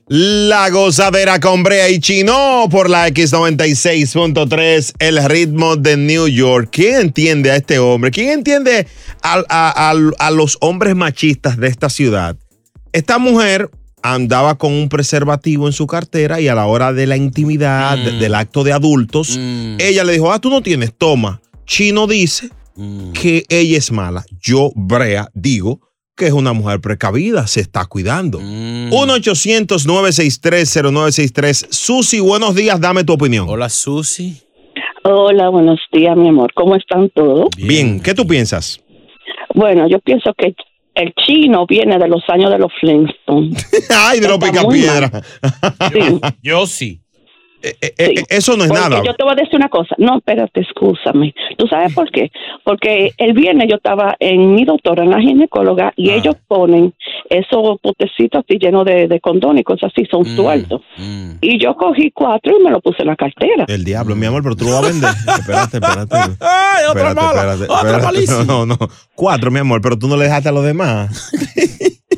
Speaker 1: La gozadera con Brea y Chino por la X96.3, el ritmo de New York. ¿Quién entiende a este hombre? ¿Quién entiende al- a, a- a los hombres machistas de esta ciudad? Esta mujer andaba con un preservativo en su cartera y a la hora de la intimidad, de- del acto de adultos, ella le dijo, ah, tú no tienes, toma. Chino dice que ella es mala. Yo, Brea, digo que es una mujer precavida, se está cuidando.
Speaker 2: Mm.
Speaker 1: 1-800-963-0963. Susi, buenos días, dame tu opinión.
Speaker 2: Hola, Susi.
Speaker 18: Hola, buenos días, mi amor. ¿Cómo están todos?
Speaker 1: Bien, ¿qué tú piensas?
Speaker 18: Bueno, yo pienso que el chino viene de los años de los Flintstones.
Speaker 1: [laughs] Ay, de los picapiedra. [laughs]
Speaker 2: Yo sí.
Speaker 1: Eh, Eso no es
Speaker 18: Porque
Speaker 1: nada.
Speaker 18: Yo te voy a decir una cosa. No, espérate, escúchame. ¿Tú sabes por qué? Porque el viernes yo estaba en mi doctora, en la ginecóloga,
Speaker 1: Ah.
Speaker 18: y ellos ponen esos potecitos así llenos de, de condón y cosas así,
Speaker 1: Mm,
Speaker 18: son sueltos. Y yo cogí cuatro y me lo puse en la cartera.
Speaker 1: El diablo, mi amor, pero tú lo vas a
Speaker 2: [laughs]
Speaker 1: vender. espérate, espérate. espérate, espérate, espérate. [laughs] No, no. Cuatro, mi amor, pero tú no le dejaste a los demás.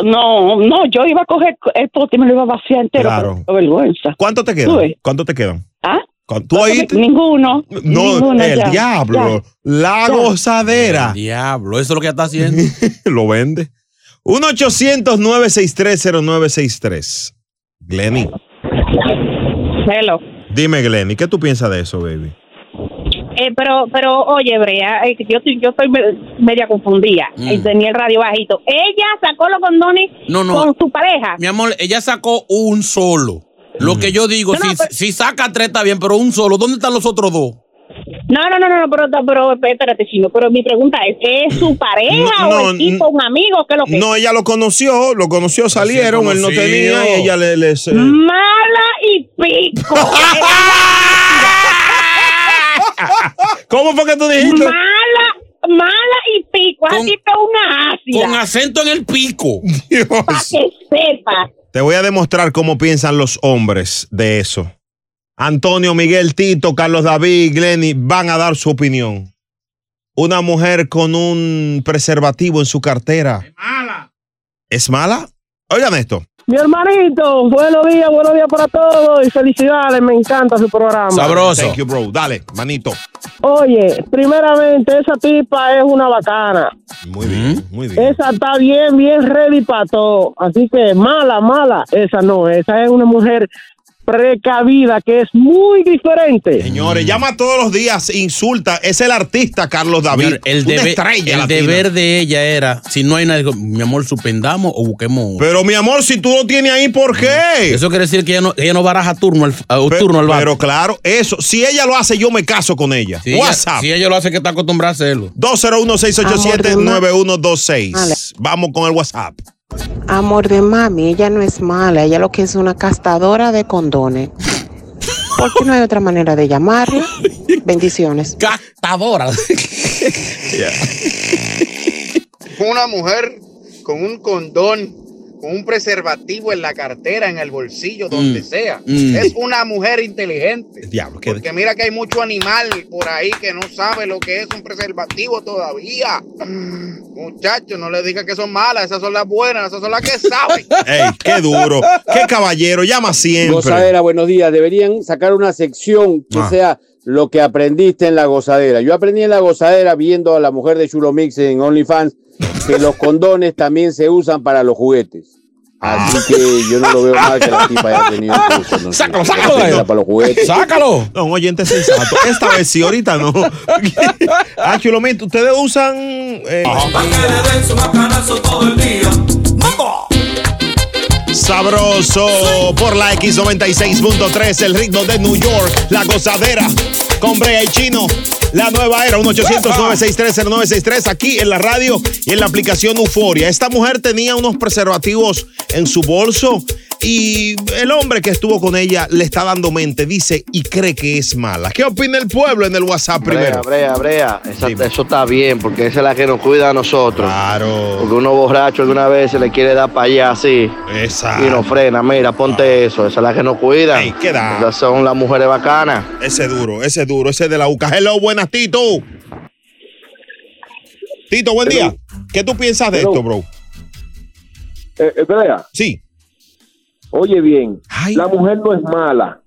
Speaker 18: No, no, yo iba a coger el pote y me lo iba a vaciar entero.
Speaker 1: Claro.
Speaker 18: pero qué vergüenza.
Speaker 1: ¿Cuánto te
Speaker 18: Tú
Speaker 1: quedan?
Speaker 18: ves.
Speaker 1: ¿Cuánto te quedan?
Speaker 18: ¿Ah?
Speaker 1: ¿Cuán- ¿Tú oíste?
Speaker 18: Ninguno.
Speaker 1: No,
Speaker 18: ninguno,
Speaker 1: el
Speaker 18: ya,
Speaker 1: diablo.
Speaker 18: ya.
Speaker 1: La
Speaker 18: Ya.
Speaker 1: gozadera.
Speaker 2: Diablo, eso es lo que ya está haciendo.
Speaker 1: [laughs] lo vende. 1-800-963-0963. Glenny.
Speaker 5: Hello.
Speaker 1: Dime, Glenny, ¿qué tú piensas de eso, baby?
Speaker 5: Eh, pero, pero oye, Brea, eh, yo, estoy- yo estoy me- media confundida.
Speaker 2: Mm.
Speaker 5: Eh, Tenía el radio bajito. Ella sacó los condones
Speaker 2: No, no.
Speaker 5: con su pareja.
Speaker 2: Mi amor, ella sacó un solo. Lo que yo digo, si, si saca tres está bien, pero un solo. ¿Dónde están los otros dos?
Speaker 5: No, no, no, no, no, pero, pero espérate, chino. Pero mi pregunta es: ¿es su pareja
Speaker 1: No,
Speaker 5: o el
Speaker 1: no,
Speaker 5: tipo, un amigo? ¿Qué es lo que
Speaker 1: No,
Speaker 5: es?
Speaker 1: ella lo conoció, lo conoció, salieron, él no
Speaker 5: conoció.
Speaker 1: tenía y ella le... le- se-
Speaker 18: Mm.
Speaker 5: Mala y
Speaker 2: [laughs]
Speaker 5: pico.
Speaker 2: [laughs]
Speaker 1: ¿Cómo fue que tú dijiste?
Speaker 5: Mala, mala y pico. Así que una ácida.
Speaker 2: Con acento en el pico.
Speaker 18: Mm.
Speaker 5: Para que sepa.
Speaker 1: Te voy a demostrar cómo piensan los hombres de eso. Antonio, Miguel, Tito, Carlos David, Glenny van a dar su opinión. Una mujer con un preservativo en su cartera. Es mala. ¿Es mala? Oigan esto.
Speaker 8: Mi hermanito, buenos días, buenos días para todos y felicidades, me encanta su programa.
Speaker 1: Thank you, bro. Dale, manito.
Speaker 8: Oye, primeramente esa tipa es una bacana.
Speaker 1: Muy
Speaker 2: Mm.
Speaker 1: bien, muy bien.
Speaker 8: Esa está bien, bien ready para todo. Así que mala, mala, esa no, esa es una mujer precavida que es muy diferente.
Speaker 1: [laughs]
Speaker 2: Mm.
Speaker 1: Señores, llama todos los días, insulta. Es el artista Carlos David.
Speaker 2: Señor, el
Speaker 1: una
Speaker 2: debe-
Speaker 1: estrella
Speaker 2: el
Speaker 1: latina.
Speaker 2: deber de ella era, si no hay nadie, mi amor, suspendamos o busquemos.
Speaker 1: Pero mi amor, si tú lo tienes ahí, ¿por qué?
Speaker 2: Eso quiere decir que ella no, ella no baraja turno al, a-
Speaker 1: Pe-
Speaker 2: turno al vato.
Speaker 1: Pero claro, eso. Si ella lo hace, yo me caso con ella.
Speaker 2: Si ella-
Speaker 1: WhatsApp.
Speaker 2: si ella lo hace que está acostumbrada a hacerlo.
Speaker 1: 201-687-9126. Vamos con el WhatsApp.
Speaker 22: Amor de mami, ella no es mala, ella lo que es una castadora de condones. ¿Por qué no hay otra manera de llamarla? Bendiciones.
Speaker 2: Castadora.
Speaker 3: Una mujer con un condón, con un preservativo en la cartera, en el bolsillo, donde
Speaker 1: Mm,
Speaker 3: sea.
Speaker 1: mm.
Speaker 3: Es una mujer inteligente.
Speaker 1: Diablo, ¿qué?
Speaker 3: Porque mira que hay mucho animal por ahí que no sabe lo que es un preservativo todavía. Muchachos, no le digas que son malas, esas son las buenas, esas son las que saben.
Speaker 1: [laughs] Ey, qué duro. Qué caballero. Llama siempre.
Speaker 15: Gozadera, buenos días. Deberían sacar una sección que
Speaker 1: Ah.
Speaker 15: sea lo que aprendiste en la gozadera. Yo aprendí en la gozadera viendo a la mujer de Chulo Mix en OnlyFans que los condones también se usan para los juguetes. Así que yo no lo veo mal que la tipa haya tenido un cruce, no sé.
Speaker 1: [laughs] Sácalo, sácalo de ahí.
Speaker 15: Para los juguetes.
Speaker 2: Sácalo.
Speaker 1: No, un oyente sensato. Esta vez sí, ahorita [laughs] no. ah, Chulomito, ustedes usan. eh, Sabroso por la X96.3, el ritmo de New York, la gozadera, con Brea y Chino, la nueva era, 1-800-963-0963, aquí en la radio y en la aplicación Euforia. Esta mujer tenía unos preservativos en su bolso y el hombre que estuvo con ella le está dando mente, dice y cree que es mala. ¿Qué opina el pueblo en el WhatsApp primero?
Speaker 13: Brea, brea, brea. Esa- eso está bien, porque esa es la que nos cuida a nosotros. Claro. Porque uno borracho alguna vez se le quiere dar para allá así.
Speaker 1: Exacto. Ah.
Speaker 13: Y nos frena, mira, ponte eso. Esa es la que nos cuida.
Speaker 1: ¿qué da?
Speaker 13: Esas son las mujeres bacanas.
Speaker 1: Ese duro, ese duro, ese de la UCA. Hello, buenas, Tito. Tito, buen día. ¿Qué tú piensas de esto, bro?
Speaker 8: Eh, eh, Brea.
Speaker 1: Sí.
Speaker 8: Oye bien, la mujer no es mala,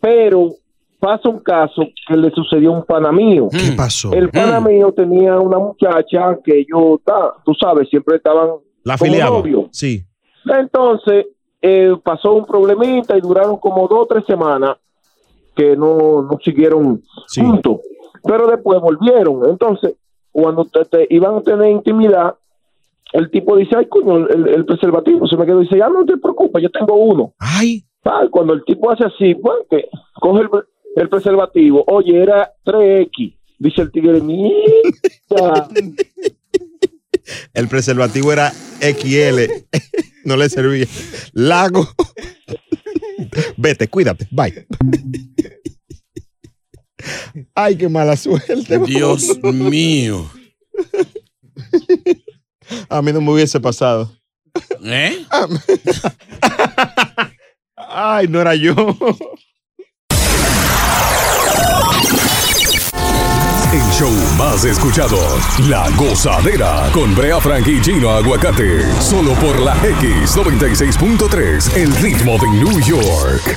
Speaker 8: pero pasa un caso que le sucedió a un pana mío.
Speaker 1: ¿Qué pasó? Hmm.
Speaker 8: El pana mío tenía una muchacha que yo, ta, tú sabes, siempre estaban
Speaker 1: La
Speaker 8: como
Speaker 1: afiliaba.
Speaker 8: novios.
Speaker 1: Sí.
Speaker 8: Entonces, eh, pasó un problemita y duraron como dos o tres semanas que no, no siguieron juntos. Pero después volvieron. Entonces, cuando te, te iban a tener intimidad, el tipo dice, ay, coño, el, el preservativo se me quedó. Dice, ya no te preocupes, yo tengo uno.
Speaker 1: Ay.
Speaker 8: cuando el tipo hace así, bueno, que coge el, el preservativo. Oye, era 3X. Dice el tigre, mira.
Speaker 1: El preservativo era XL. [laughs] No le servía. Lago. Vete, cuídate. Bye. Ay, qué mala suerte.
Speaker 2: Dios mío.
Speaker 1: A mí no me hubiese pasado.
Speaker 2: ¿Eh?
Speaker 1: [laughs] Ay, no era yo.
Speaker 6: El show más escuchado, La Gozadera, con Brea Frank y Gino Aguacate, solo por la X96.3, el ritmo de New York.